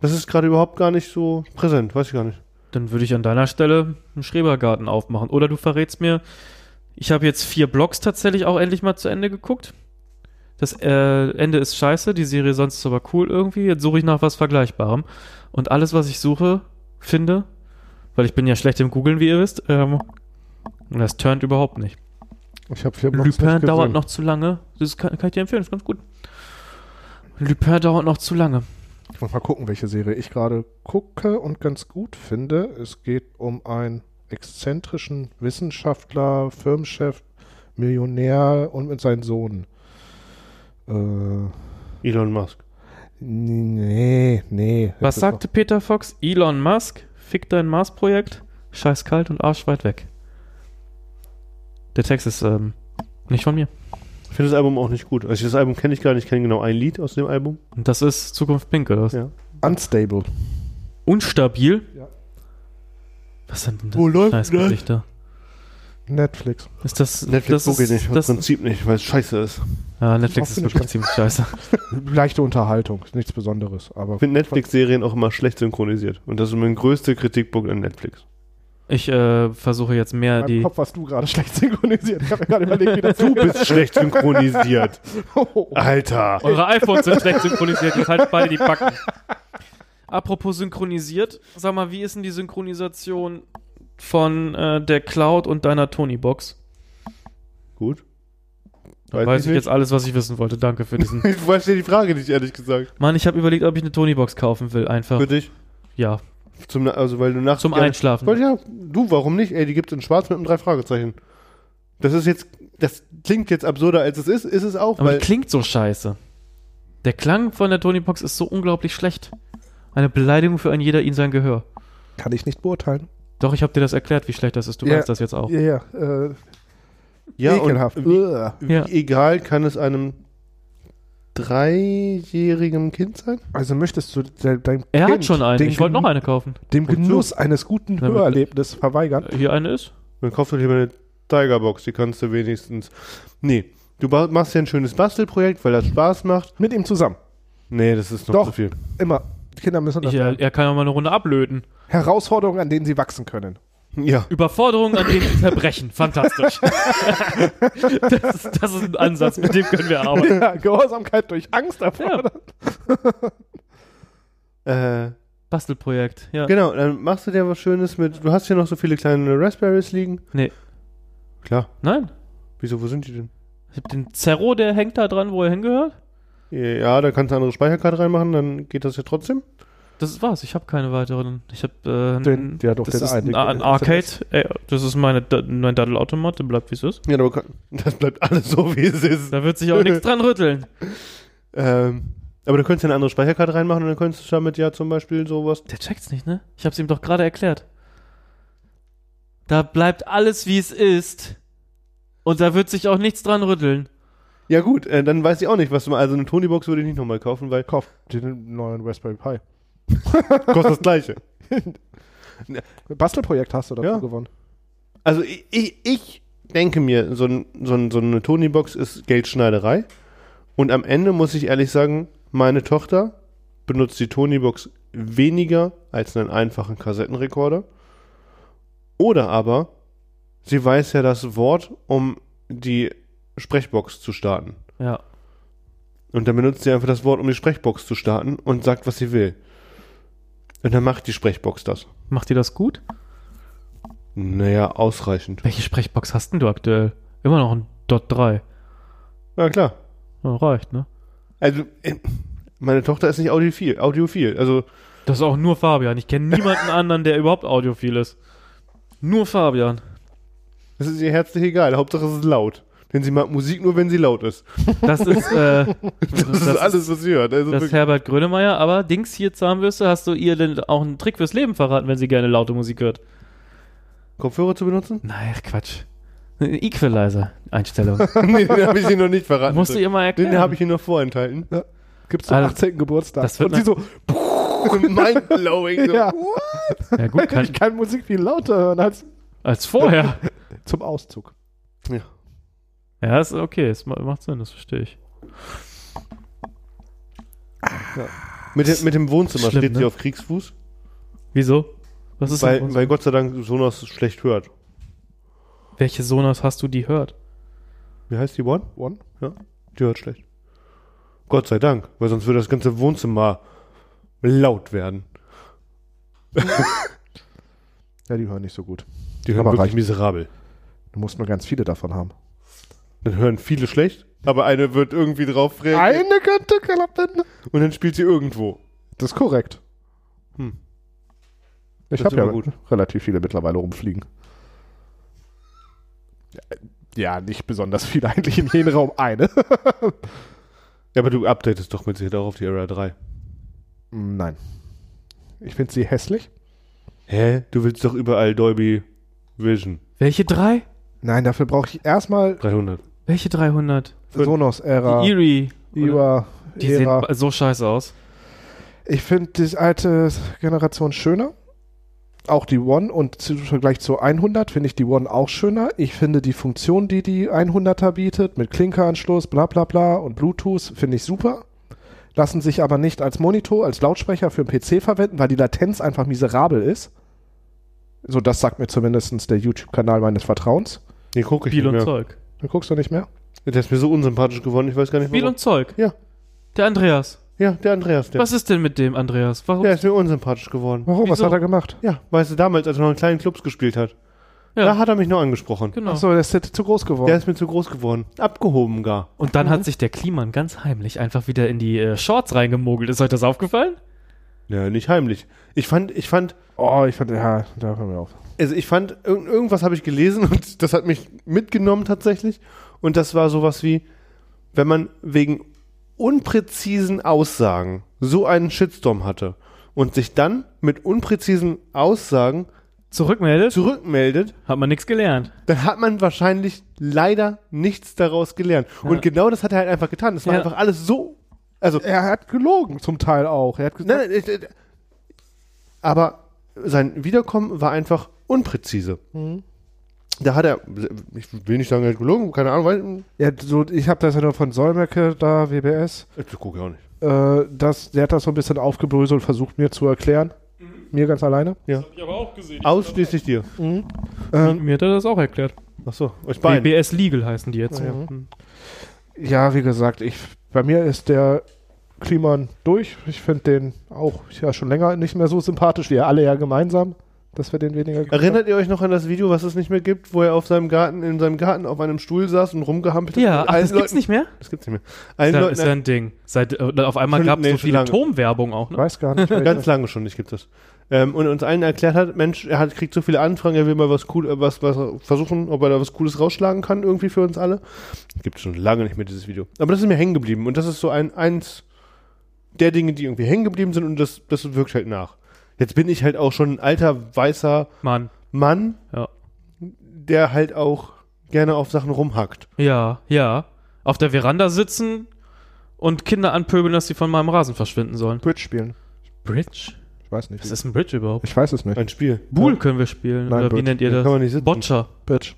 Das ist gerade überhaupt gar nicht so präsent, weiß ich gar nicht. Dann würde ich an deiner Stelle einen Schrebergarten aufmachen. Oder du verrätst mir, ich habe jetzt vier Blogs tatsächlich auch endlich mal zu Ende geguckt. Das äh, Ende ist scheiße, die Serie sonst ist aber cool irgendwie. Jetzt suche ich nach was Vergleichbarem. Und alles, was ich suche, finde, weil ich bin ja schlecht im Googlen, wie ihr wisst, ähm, und das turnt überhaupt nicht. Ich habe vier Blocks Lupin nicht dauert gesehen. noch zu lange. Das kann, kann ich dir empfehlen, ist ganz gut. Lupin dauert noch zu lange. Ich muss mal gucken, welche Serie ich gerade gucke und ganz gut finde. Es geht um einen exzentrischen Wissenschaftler, Firmenchef, Millionär und mit seinem Sohn. Äh, Elon Musk. nee, nee. Das Was ist sagte Peter Fox? Elon Musk, fick dein Mars-Projekt. scheiß kalt und arschweit weg. Der Text ist ähm, nicht von mir. Ich finde das Album auch nicht gut. Also das Album kenne ich gar nicht. Ich kenne genau ein Lied aus dem Album. Und das ist Zukunft Pink, oder was? Ja. Unstable. Unstabil? Ja. Was sind denn das? Wo läuft Scheiß das? Gesichter? Netflix. Ist das Netflix das gucke ich ist, nicht, im Das, Prinzip nicht, weil es scheiße ist. ja, Netflix Auch ist finde ich wirklich ziemlich scheiße. Leichte Unterhaltung, ist nichts Besonderes. Aber Ich finde Netflix-Serien auch immer schlecht synchronisiert. Und das ist mein größter Kritikpunkt an Netflix. Ich äh, versuche jetzt mehr meinem die. Kopf warst du gerade schlecht synchronisiert. Ich habe mir gerade überlegt, wie das Du bist schlecht synchronisiert. Oh. Alter. Eure iPhones sind schlecht synchronisiert, jetzt halt beide die Backen. Apropos synchronisiert, sag mal, wie ist denn die Synchronisation von äh, der Cloud und deiner Tony-Box? Gut. Weiß, ich jetzt alles, was ich wissen wollte. Danke für diesen. Ich verstehe die Frage nicht, ehrlich gesagt. Mann, ich habe überlegt, ob ich eine Tony-Box kaufen will. Einfach. Für dich. Ja. Zum, also, weil du nachts. Zum gerne- Einschlafen. Weil, ja, du, warum nicht? Ey, die gibt's in schwarz mit einem drei Fragezeichen. Das ist jetzt. Das klingt jetzt absurder, als es ist. Ist es auch, Aber weil. die klingt so scheiße. Der Klang von der Tony-Box ist so unglaublich schlecht. Eine Beleidigung für einen jeder in sein Gehör. Kann ich nicht beurteilen. Doch, ich habe dir das erklärt, wie schlecht das ist. Du Ja. weißt das jetzt auch. Ja, ja. Äh, Ja, und ekelhaft. wie, Uah. wie Ja. egal kann es einem dreijährigen Kind sein? Also möchtest du de deinem Er kind hat schon eine. den Ich wollte noch eine kaufen. Gen- Dem Wozu? Genuss eines guten Damit- Hörerlebnisses verweigern? Hier eine ist. Dann kaufst du lieber eine Tigerbox, die kannst du wenigstens. Nee, du ba- machst ja ein schönes Bastelprojekt, weil das Spaß macht. Mit ihm zusammen. Nee, das ist noch Doch. zu viel. Immer. Kinder müssen Ich, äh, er, er kann ja mal eine Runde ablöten. Herausforderungen, an denen sie wachsen können. Ja. Überforderung an den Verbrechen. Fantastisch. das, ist, das ist ein Ansatz, mit dem können wir arbeiten. Ja, Gehorsamkeit durch Angst Ja, erfordern. Äh, Bastelprojekt. Ja. genau, dann machst du dir was Schönes mit. Du hast hier noch so viele kleine Raspberries liegen. Nee. Klar. Nein. Wieso, wo sind die denn? Ich habe den Zerro, der hängt da dran, wo er hingehört. Ja, da kannst du eine andere Speicherkarte reinmachen, dann geht das ja trotzdem. Das war's. Ich habe keine weiteren. Ich habe äh, Den- ja, doch, das den ist einen, ein, den- ein Arcade. Äh, das ist meine, Da- mein Daddle-Automat. Der bleibt wie es ist. Ja, aber kann- das bleibt alles so, wie es ist. Da wird sich auch nichts dran rütteln. Ähm, aber du könntest ja eine andere Speicherkarte reinmachen und dann könntest du damit ja zum Beispiel sowas. Der checkt's nicht, ne? Ich hab's ihm doch gerade erklärt. Da bleibt alles wie es ist. Und da wird sich auch nichts dran rütteln. Ja, gut, äh, dann weiß ich auch nicht, was du mal. Also eine Tonybox würde ich nicht nochmal kaufen, weil Kauf den neuen Raspberry Pi. kostet das Gleiche. Bastelprojekt hast du dazu Ja. gewonnen. Also ich, ich, ich denke mir, so, ein, so, ein, so eine Tonybox ist Geldschneiderei. Und am Ende muss ich ehrlich sagen, meine Tochter benutzt die Tonybox weniger als einen einfachen Kassettenrekorder. Oder aber sie weiß ja das Wort, um die Sprechbox zu starten. Ja. Und dann benutzt sie einfach das Wort, um die Sprechbox zu starten und sagt, was sie will. Und dann macht die Sprechbox das. Macht ihr das gut? Naja, ausreichend. Welche Sprechbox hast denn du aktuell? Immer noch ein Dot 3. Ja, klar. Ja, reicht, ne? Also, äh, meine Tochter ist nicht audiophil. audiophil. Also, Das ist auch nur Fabian. Ich kenne niemanden anderen, der überhaupt audiophil ist. Nur Fabian. das ist ihr herzlich egal. Hauptsache, es ist laut. Denn sie mag Musik nur, wenn sie laut ist. Das ist, äh, Das, ist ist- alles, was sie hört. Also, das ist wirklich- Herbert Grönemeyer, aber Dings hier Zahnbürste, hast du ihr denn auch einen Trick fürs Leben verraten, wenn sie gerne laute Musik hört? Kopfhörer zu benutzen? Nein, Quatsch. Eine Equalizer-Einstellung. nee, den habe ich ihr noch nicht verraten. Musst du ihr mal erklären. Also, den habe ich ihr noch vorenthalten. Gibt's zum Also, 18. Geburtstag. das wird Und sie so, Oh Mindblowing. So. ja, Ja, gut, kann, ich kann Musik viel lauter hören als als vorher. zum Auszug. Ja, ist okay, es ma- macht Sinn, das verstehe ich. Mit, dem- mit dem Wohnzimmer Schlimm, steht sie ne? auf Kriegsfuß, Wieso? Was ist denn weil, uns- weil Gott sei Dank Sonos schlecht hört. Welche Sonos hast du die hört? Wie heißt die One? One. Die hört schlecht. Gott sei Dank, weil sonst würde das ganze Wohnzimmer laut werden. Ja, die hören nicht so gut. Die hören Aber wirklich reicht. miserabel. Du musst nur ganz viele davon haben. Dann hören viele schlecht, aber eine wird irgendwie drauf reagieren. könnte klappen. Und dann spielt sie irgendwo. Das ist korrekt. Hm. Ich Das habe ist ja immer gut. relativ viele mittlerweile rumfliegen. Ja, nicht besonders viele. Eigentlich in jedem Raum eine. Ja, aber du updatest doch mit Hm, Sicherheit auch auf die Era 3. Nein. Ich finde sie hässlich. Hä? Du willst doch überall Dolby Vision. Welche drei? Nein, dafür brauche ich erstmal 300. Welche 300? Fünf. Sonos-Ära. Die Eerie. oder? Iwa, Die Ära. sehen so scheiße aus. Ich finde die alte Generation schöner. Auch die One und zu- im Vergleich zur 100 finde ich die One auch schöner. Ich finde die Funktion, die die 100er bietet, mit Klinkeranschluss, bla bla bla und Bluetooth, finde ich super. Lassen sich aber nicht als Monitor, als Lautsprecher für den PC verwenden, weil die Latenz einfach miserabel ist. So, das sagt mir zumindest der YouTube-Kanal meines Vertrauens. Den gucke ich Biel und nicht mehr. Zeug. Du guckst du nicht mehr? Der ist mir so unsympathisch geworden, ich weiß gar nicht Biel warum. und Zeug. Ja. Der Andreas. Ja, der Andreas, der. Was ist denn mit dem Andreas? Warum? Der ist mir unsympathisch geworden. Warum? Was Wieso? hat er gemacht? Ja, weißt du, damals, als er noch in kleinen Clubs gespielt hat, Ja. da hat er mich nur angesprochen. Genau. Achso, der ist jetzt zu groß geworden. Der ist mir zu groß geworden. Abgehoben gar. Und dann hat sich der Kliman ganz heimlich einfach wieder in die äh, Shorts reingemogelt. Ist euch das aufgefallen? Ja, nicht heimlich. Ich fand, ich fand, oh, ich fand, ja, da hören wir auf. also ich fand, irg irgendwas habe ich gelesen und das hat mich mitgenommen tatsächlich. Und das war sowas wie, wenn man wegen unpräzisen Aussagen so einen Shitstorm hatte und sich dann mit unpräzisen Aussagen Zurückmeldet? zurückmeldet, Hat man nichts gelernt. dann hat man wahrscheinlich leider nichts daraus gelernt. Und genau das hat er halt einfach getan. Das war Ja. einfach alles so, also Er hat gelogen, Ne. zum Teil auch. Er hat gesagt, Nein, nein, ich, ich, aber sein Wiederkommen war einfach unpräzise. Mhm. Da hat er, ich will nicht sagen, er hat gelogen, keine Ahnung, Ja, so, ich habe das ja nur von Solmecke da, WBS. weil, das gucke ich auch nicht. Äh, das, der hat das so ein bisschen aufgebröselt, versucht mir zu erklären. Mir ganz alleine. Ausschließlich dir. Ah. Ähm, Mir hat er das auch erklärt. Achso, euch beiden. BBS Legal heißen die jetzt. Mhm. ja, wie gesagt, ich, bei mir ist der Kliman durch. Ich finde den auch ja schon länger nicht mehr so sympathisch. Wir alle ja gemeinsam, dass wir den weniger. Erinnert ihr euch noch an das Video, was es nicht mehr gibt, wo er auf seinem Garten, in seinem Garten auf einem Stuhl saß und rumgehampelt Ja, hat? ach, das Allen gibt's Leuten- nicht mehr? Das gibt's nicht mehr. Ist Allen ja, Leuten, ne- ist ja ein Ding. Seit, äh, auf einmal Schon- gab es nee, so schon viel lange. Atomwerbung auch, ne? weiß gar nicht. welche. ganz lange schon nicht gibt es. Ähm, und uns allen erklärt hat, Mensch, er hat, kriegt so viele Anfragen, er will mal was cool, äh, was, was versuchen, ob er da was Cooles rausschlagen kann, irgendwie für uns alle. Gibt schon lange nicht mehr dieses Video. Aber das ist mir hängen geblieben und das ist so ein, eins der Dinge, die irgendwie hängen geblieben sind und das, das wirkt halt nach. Jetzt bin ich halt auch schon ein alter, weißer Mann. Mann, Ja. der halt auch gerne auf Sachen rumhackt. Ja, ja. Auf der Veranda sitzen und Kinder anpöbeln, dass sie von meinem Rasen verschwinden sollen. Bridge spielen. Bridge? Ich weiß nicht. Was ist ein Bridge überhaupt? Ich weiß es nicht. Ein Spiel. Buhl können wir spielen. Nein, Oder wie Bridge. nennt ihr Da kann das? man nicht sitzen. Boccia. Bridge.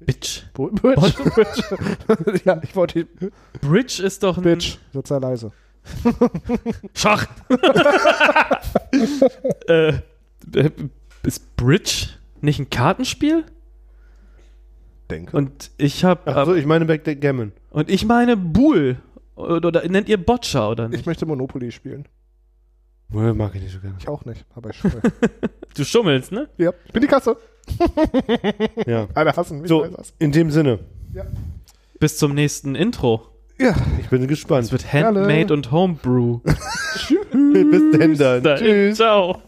Bitch. Bo- Bridge. ja, ich wollte. Bridge ist doch ein Bridge. Jetzt sei leise. Schach. äh, äh, ist Bridge nicht ein Kartenspiel? Denke. Und ähm, ich habe Achso, ich meine Backgammon. und ich meine Buhl oder, oder nennt ihr Boccia oder Ich nicht? möchte Monopoly spielen. Nö, mag ich nicht so gerne. Ich auch nicht, aber ich schwöre. Du schummelst, ne? ja, ich bin die Kasse. Ja. Alle hassen mich. So, weiß das. in dem Sinne, Bis zum nächsten Intro. Ja, ich bin gespannt. Es wird Handmade Gerne. und Homebrew. Bis denn dann. Tschüss. Ciao.